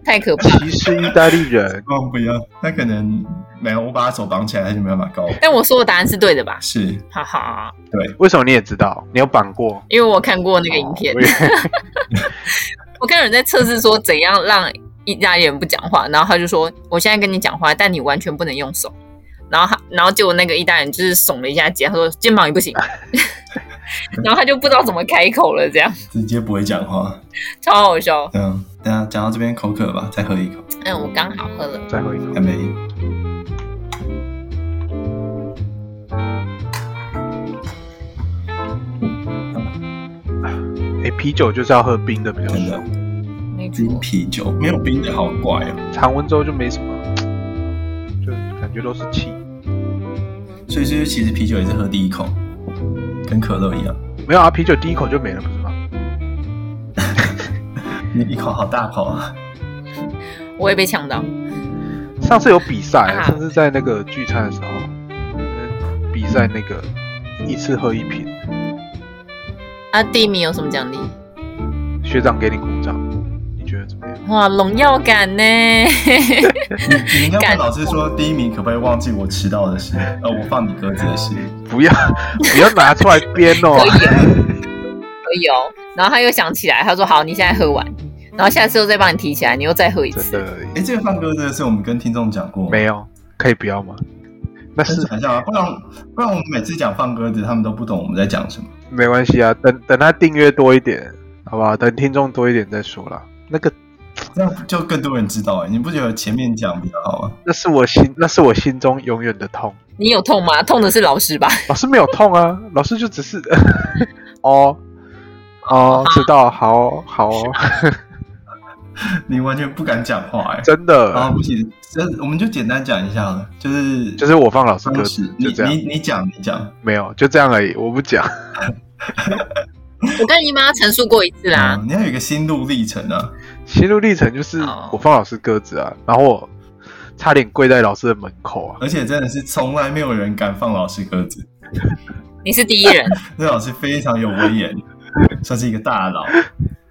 S3: 太可怕。
S2: 歧视意大利人？
S1: 哦，不要，他可能没有，我把他手绑起来，他就没办法告我。
S3: 但我说的答案是对的吧？
S1: 是，
S3: 哈哈，
S2: 为什么你也知道？你有绑过
S3: 因为我看过那个影片
S2: 哦，我也
S3: 我看有人在测试说怎样让意大利人不讲话，然后他就说我现在跟你讲话，但你完全不能用手。然后他，然后结果那个意大利人就是耸了一下肩，他说肩膀也不行， 然后他就不知道怎么开口了，这样
S1: 直接不会讲话。
S3: 超好笑。
S1: 嗯，等一下讲到这边口渴吧，再喝一口，
S3: 嗯，我刚好喝了。
S2: 再喝 一口
S1: 还。没。
S2: 哎，啤酒就是要喝冰的比较
S1: 真
S2: 爽
S1: 的，，
S3: 没错
S1: 冰啤酒没有冰的好怪哦。
S2: 常温之后就没什么，就感觉都是气。
S1: 所以是不是其实啤酒也是喝第一口，跟可乐一样，
S2: 没有啊，啤酒第一口就没了，不是吗？
S1: 你一口好大口啊。
S3: 我也被呛到。
S2: 上次有比赛，
S3: 啊
S2: 上次在那个聚餐的时候，呃比赛那个一次喝一瓶，
S3: 啊，第一名有什么奖励？
S2: 学长给你鼓掌，你觉得怎么样？
S3: 哇，荣耀感呢？
S1: 你你应该问
S3: 感
S1: 老师说，第一名可不可以忘记我迟到的事，呃，我放你鸽子的事。
S2: 不要不要拿出来编哦
S3: 可以，哦，可以哦。然后他又想起来，他说：“好，你现在喝完，然后下次又再帮你提起来，你又再喝一
S2: 真
S3: 次。
S2: 的
S1: 哎，这个放鸽子的事，我们跟听众讲过吗
S2: 没有，可以不要吗？ 那
S1: 分
S2: 是
S1: 享一下啊，不然不然我们每次讲放鸽子，他们都不懂我们在讲什么。
S2: 没关系啊，等等他订阅多一点，好不好？等听众多一点再说啦。那个
S1: 这样就更多人知道哎、你不觉得前面讲比较好吗？
S2: 那是我心，那是我心中永远的痛。
S3: 你有痛吗？痛的是老师吧？
S2: 老师没有痛啊，老师就只是哦哦，知道，好哦好哦，
S1: 你完全不敢讲话哎、
S2: 真
S1: 然
S2: 的
S1: 后不行，这我们就简单讲一下了，就是
S2: 就是我放老师鸽
S1: 当
S2: 子
S1: 时，
S2: 就
S1: 你
S2: 这样，
S1: 你你讲你讲，
S2: 没有就这样而已，我不讲。
S3: 我跟姨妈陈述过一次啦。
S1: 嗯你要有一个心路历程啊，
S2: 心路历程就是
S3: 哦
S2: 我放老师鸽子啊，然后我差点跪在老师的门口啊，
S1: 而且真的是从来没有人敢放老师鸽子，
S3: 你是第一人，
S1: 那老师非常有威严，算是一个大佬。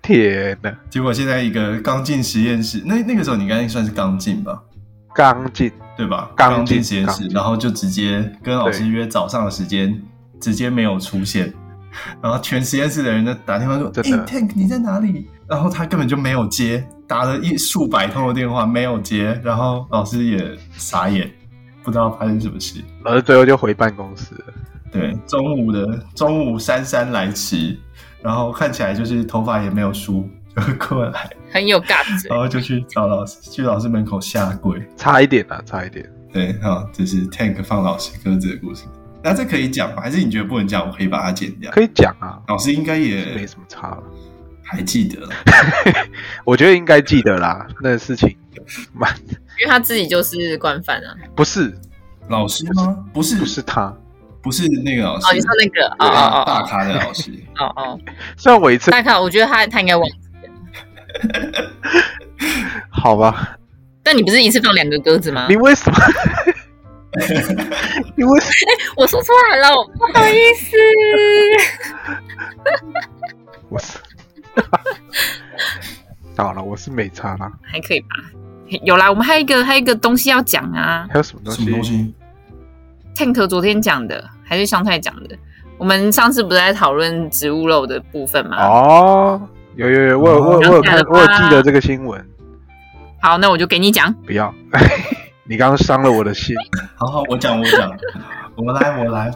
S2: 天呐，
S1: 结果现在一个刚进实验室，那那个时候你应该算是刚进吧？
S2: 刚进
S1: 对吧？
S2: 刚
S1: 刚
S2: 进
S1: 进实验
S2: 刚
S1: 室，
S2: 进
S1: 然后就直接跟老师约早上的时间，直接没有出现， 然后全实验室的人都打电话说：“
S2: 真的
S1: 哎 Tank 你在哪里？”然后他根本就没有接，打了一数百通的电话没有接，然后老师也傻眼，不知道发生什么事。
S2: 老师最后就回办公室了。
S1: 对，中午的中午姗姗来迟，然后看起来就是头发也没有梳，就过来，
S2: 哦
S3: 很有 guts，
S1: 然后就去找老师，去老师门口下跪。
S2: 差一点啊，差一点。
S1: 对，好，这是 Tank 放老师鸽子的故事。那这可以讲吗？还是你觉得不能讲？我可以把它剪掉。
S2: 可以讲啊，
S1: 老师应该
S2: 是没
S1: 也
S2: 什么差了。
S1: 还记得了，
S2: 我觉得应该记得啦，那个事情蛮
S3: 因为他自己就是惯犯啊。
S2: 不是
S1: 老师吗？不是，
S2: 不是他，
S1: 不是那个老师，
S3: 哦，你说那个，哦
S1: 对
S3: 哦
S1: 大
S3: 哦
S1: 咖的老 师。
S3: 哦哦哦，
S2: 虽然我一次
S3: 大咖，我觉得他他应该忘记。
S2: 好吧，
S3: 但你不是一次放两个鸽子吗
S2: 你？为什么？你为什
S3: 我说错了，我不好意思。
S2: 么？我是 好了，我是没差啦。
S3: 还可以吧？有啦，我们还有一个还有一个东西要讲啊
S2: 还有什么东
S1: 什么东西？
S3: ，Tank 昨天讲的还是香菜讲的。我们上次不是在讨论植物肉的部分吗？
S2: 哦，有有有，我有我有我有看，我有记得这个新闻。
S3: 好，那我就给你讲。
S2: 不要， 你刚刚伤了我的心。
S1: 好好，我讲，我讲， 我来，我来，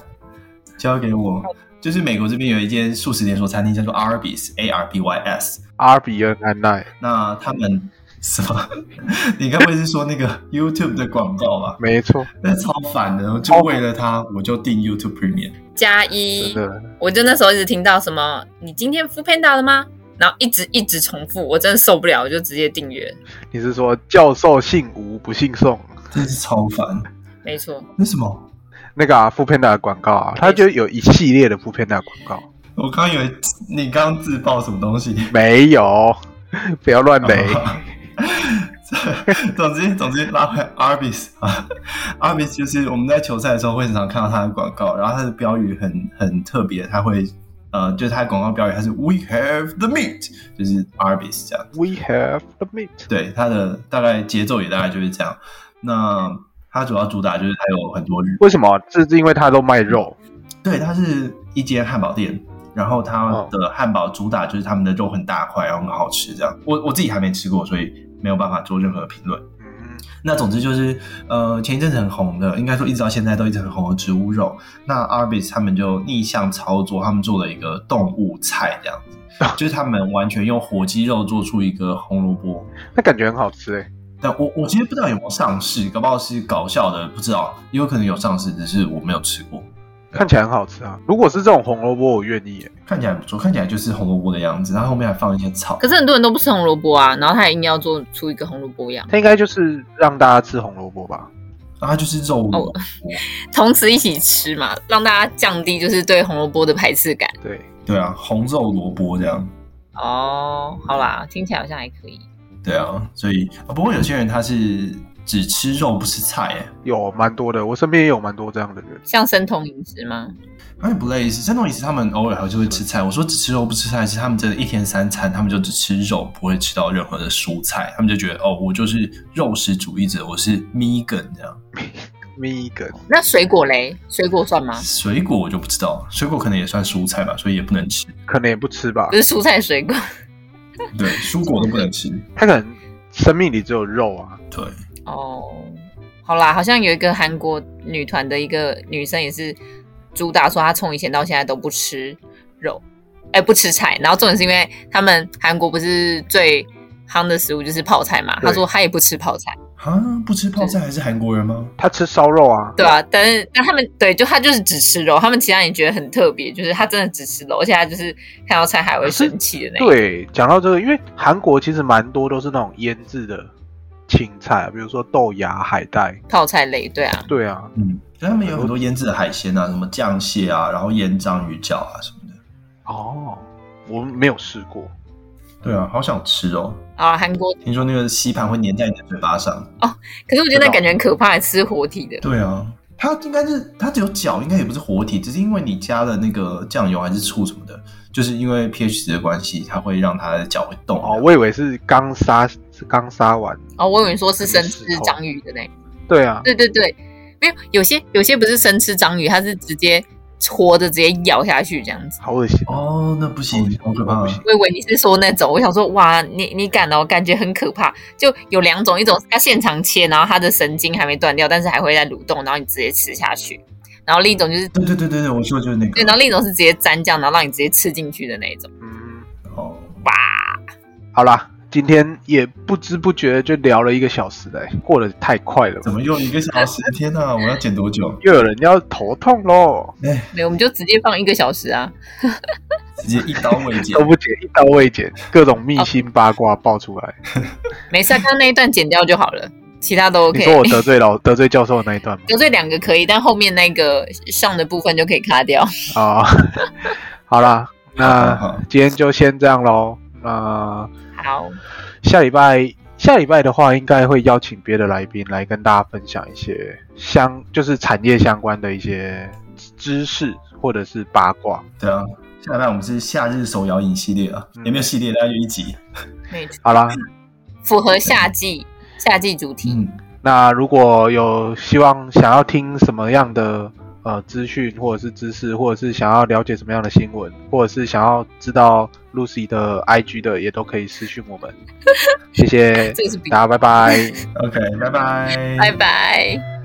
S1: 交给我。就是美国这边有一间素食连锁餐厅，叫做 Arby's A R B Y S。
S2: 阿比恩安奈
S1: 那他们什么？ 你该不会是说那个 YouTube 的广告吧？
S2: 没错，
S1: 那超烦的，
S3: 哦
S1: 就为了它，我就订 YouTube Premium。
S3: 加
S2: 真
S3: 一，
S2: 的，
S3: 我就那时候一直听到什么“你今天 f o o Panda 了吗”，然后一直一直重复，我真的受不了，我就直接订阅。
S2: 你是说教授姓吴不姓宋？
S1: 真是超烦。
S3: 没错，
S1: 那什么？
S2: 那个啊，富片的广告啊，它就有一系列的富片的广告，
S1: 我刚以为你刚自爆什么东西。
S2: 没有，不要乱雷。
S1: 哦总之，总之拉回 Arbis 啊，Arbis 就是我们在球赛的时候会经常看到它的广告，然后它的标语很很特别，它会呃，就是它的广告标语它是 We have the meat，就是 Arbis 这样。
S2: We have the meat，
S1: 对，它的大概节奏也大概就是这样。那它主要主打就是它有很多日，
S2: 为什么？这是因为它都卖肉，
S1: 对，它是一间汉堡店。然后它的汉堡主打就是他们的肉很大块，然后很好吃。这样，我我自己还没吃过，所以没有办法做任何评论。
S2: 嗯，
S1: 那总之就是，呃，前一阵子很红的，应该说一直到现在都一直很红的植物肉。那 Arbis 他们就逆向操作，他们做了一个动物菜这样子，就是他们完全用火鸡肉做出一个红萝卜。
S2: 那感觉很好吃哎。
S1: 但我我其实不知道有没有上市，搞不好是搞笑的，不知道，也有可能有上市，只是我没有吃过。
S2: 看起来很好吃啊！如果是这种红萝卜，我愿意欸耶。
S1: 看起来不错，看起来就是红萝卜的样子，然后后面还放一些草
S3: 可。是很多人都不吃红萝卜啊，然后他还硬要做出一个红萝卜样，
S2: 它应该就是让大家吃红萝卜吧？
S1: 然后它就是肉萝卜，
S3: 同时一起吃嘛，让大家降低就是对红萝卜的排斥感。
S2: 对，
S1: 对啊，红肉萝卜这样。
S3: 哦，好啦，听起来好像还可以。
S1: 对啊，所以、啊不过有些人他是只吃肉不吃菜、欸，
S2: 有蛮多的，我身边也有蛮多这样的人。
S3: 像生酮饮食吗？
S1: 他们不类似，山东饮食他们偶尔还是会吃菜。我说只吃肉不吃菜，是他们真的一天三餐，他们就只吃肉，不会吃到任何的蔬菜。他们就觉得哦，我就是肉食主义者，我是 vegan 这样。
S2: 咪一个
S3: 那水果嘞？水果算吗？
S1: 水果我就不知道，水果可能也算蔬菜吧，所以也不能吃。
S2: 可能也不吃吧
S3: 不，是蔬菜水果，
S1: 对，蔬果都不能吃。
S2: 他可能生命里只有肉啊。
S1: 对，
S3: 哦，好啦，好像有一个韩国女团的一个女生也是主打说她从以前到现在都不吃肉，哎，不吃菜。然后重点是因为他们韩国不是最夯的食物就是泡菜嘛，
S2: 对
S3: 她说她也不吃泡菜，
S1: 啊，不吃泡菜还是韩国人吗？
S2: 他吃烧肉啊，
S3: 对啊，但是但他们对，就她就是只吃肉，他们其他人觉得很特别，就是她真的只吃肉，而且她就是看到菜还会生气的那一种。
S2: 对，讲到这个，因为韩国其实蛮多都是那种腌制的青菜，啊比如说豆芽、海带。
S3: 泡菜类，对啊，
S2: 对啊，
S1: 嗯，但他们有很多腌制的海鲜啊，什么酱蟹啊，然后腌章鱼脚啊什么的。
S2: 哦，我没有试过。
S1: 对啊，好想吃哦！
S3: 啊，韩国，
S1: 听说那个吸盘会粘在你的嘴巴上。
S3: 可是我觉得那感觉很可怕，吃活体的。
S1: 对啊，它应该是它只有脚，应该也不是活体，只是因为你加了那个酱油还是醋什么的，就是因为 pH 值的关系，它会让它的脚会动。
S2: 哦，我以为是刚杀，是刚杀完。
S3: 哦，我以为你说是生吃
S2: 石头
S3: 章鱼的呢。
S2: 对啊，
S3: 对对对，没有有些有些不是生吃章鱼，它是直接活的直接咬下去这样子。
S2: 好恶心。
S1: 哦，那不行，好可怕
S2: 不！行
S3: 我以为你是说那种，我想说哇，你你敢哦，感觉很可怕。就有两种，一种是它现场切，然后它的神经还没断掉，但是还会在蠕动，然后你直接吃下去。然后另一种就是
S1: 对对对对对，我说的就是那
S3: 对，
S1: 个
S3: 然。后另一种是直接沾酱，然后让你直接吃进去的那一种。
S2: 嗯，
S1: 哦，
S2: 好啦，今天也不知不觉就聊了一个小时嘞、过得太快了
S1: 怎。么又一个小时？天哪、我要剪多久？
S2: 又有人要头痛喽，
S3: 没有，我们就直接放一个小时啊。
S1: 哎直接一刀未剪
S2: 都。不剪，一刀 未剪，各种秘辛八卦爆出来。
S3: 没事啊，刚刚那一段剪掉就好了，其他都
S2: 你
S3: OK
S2: 说。我得罪老 得罪教授的那一段吗？
S3: 得罪两个可以，但后面那个上的部分就可以卡掉。
S2: 啊、 好啦，
S1: 好好
S2: 那
S1: 好
S2: 今天就先这样喽。那
S3: 好，
S2: 下礼拜下礼拜的话，应该会邀请别的来宾来跟大家分享一些相就是产业相关的一些知识或者是八卦。
S1: 对啊，下半我们是夏日手摇饮系列啊，
S2: 嗯
S1: 有没有系列？大家就一集。
S3: 没错，
S2: 好啦，
S3: 符合夏季夏季主题。
S1: 嗯，
S2: 那如果有希望想要听什么样的呃资讯或者是知识，或者是想要了解什么样的新闻，或者是想要知道 Lucy 的 IG 的，也都可以私讯我们。谢谢
S3: 这个是比
S2: 大家，拜拜。
S1: OK，拜拜，
S3: 拜拜。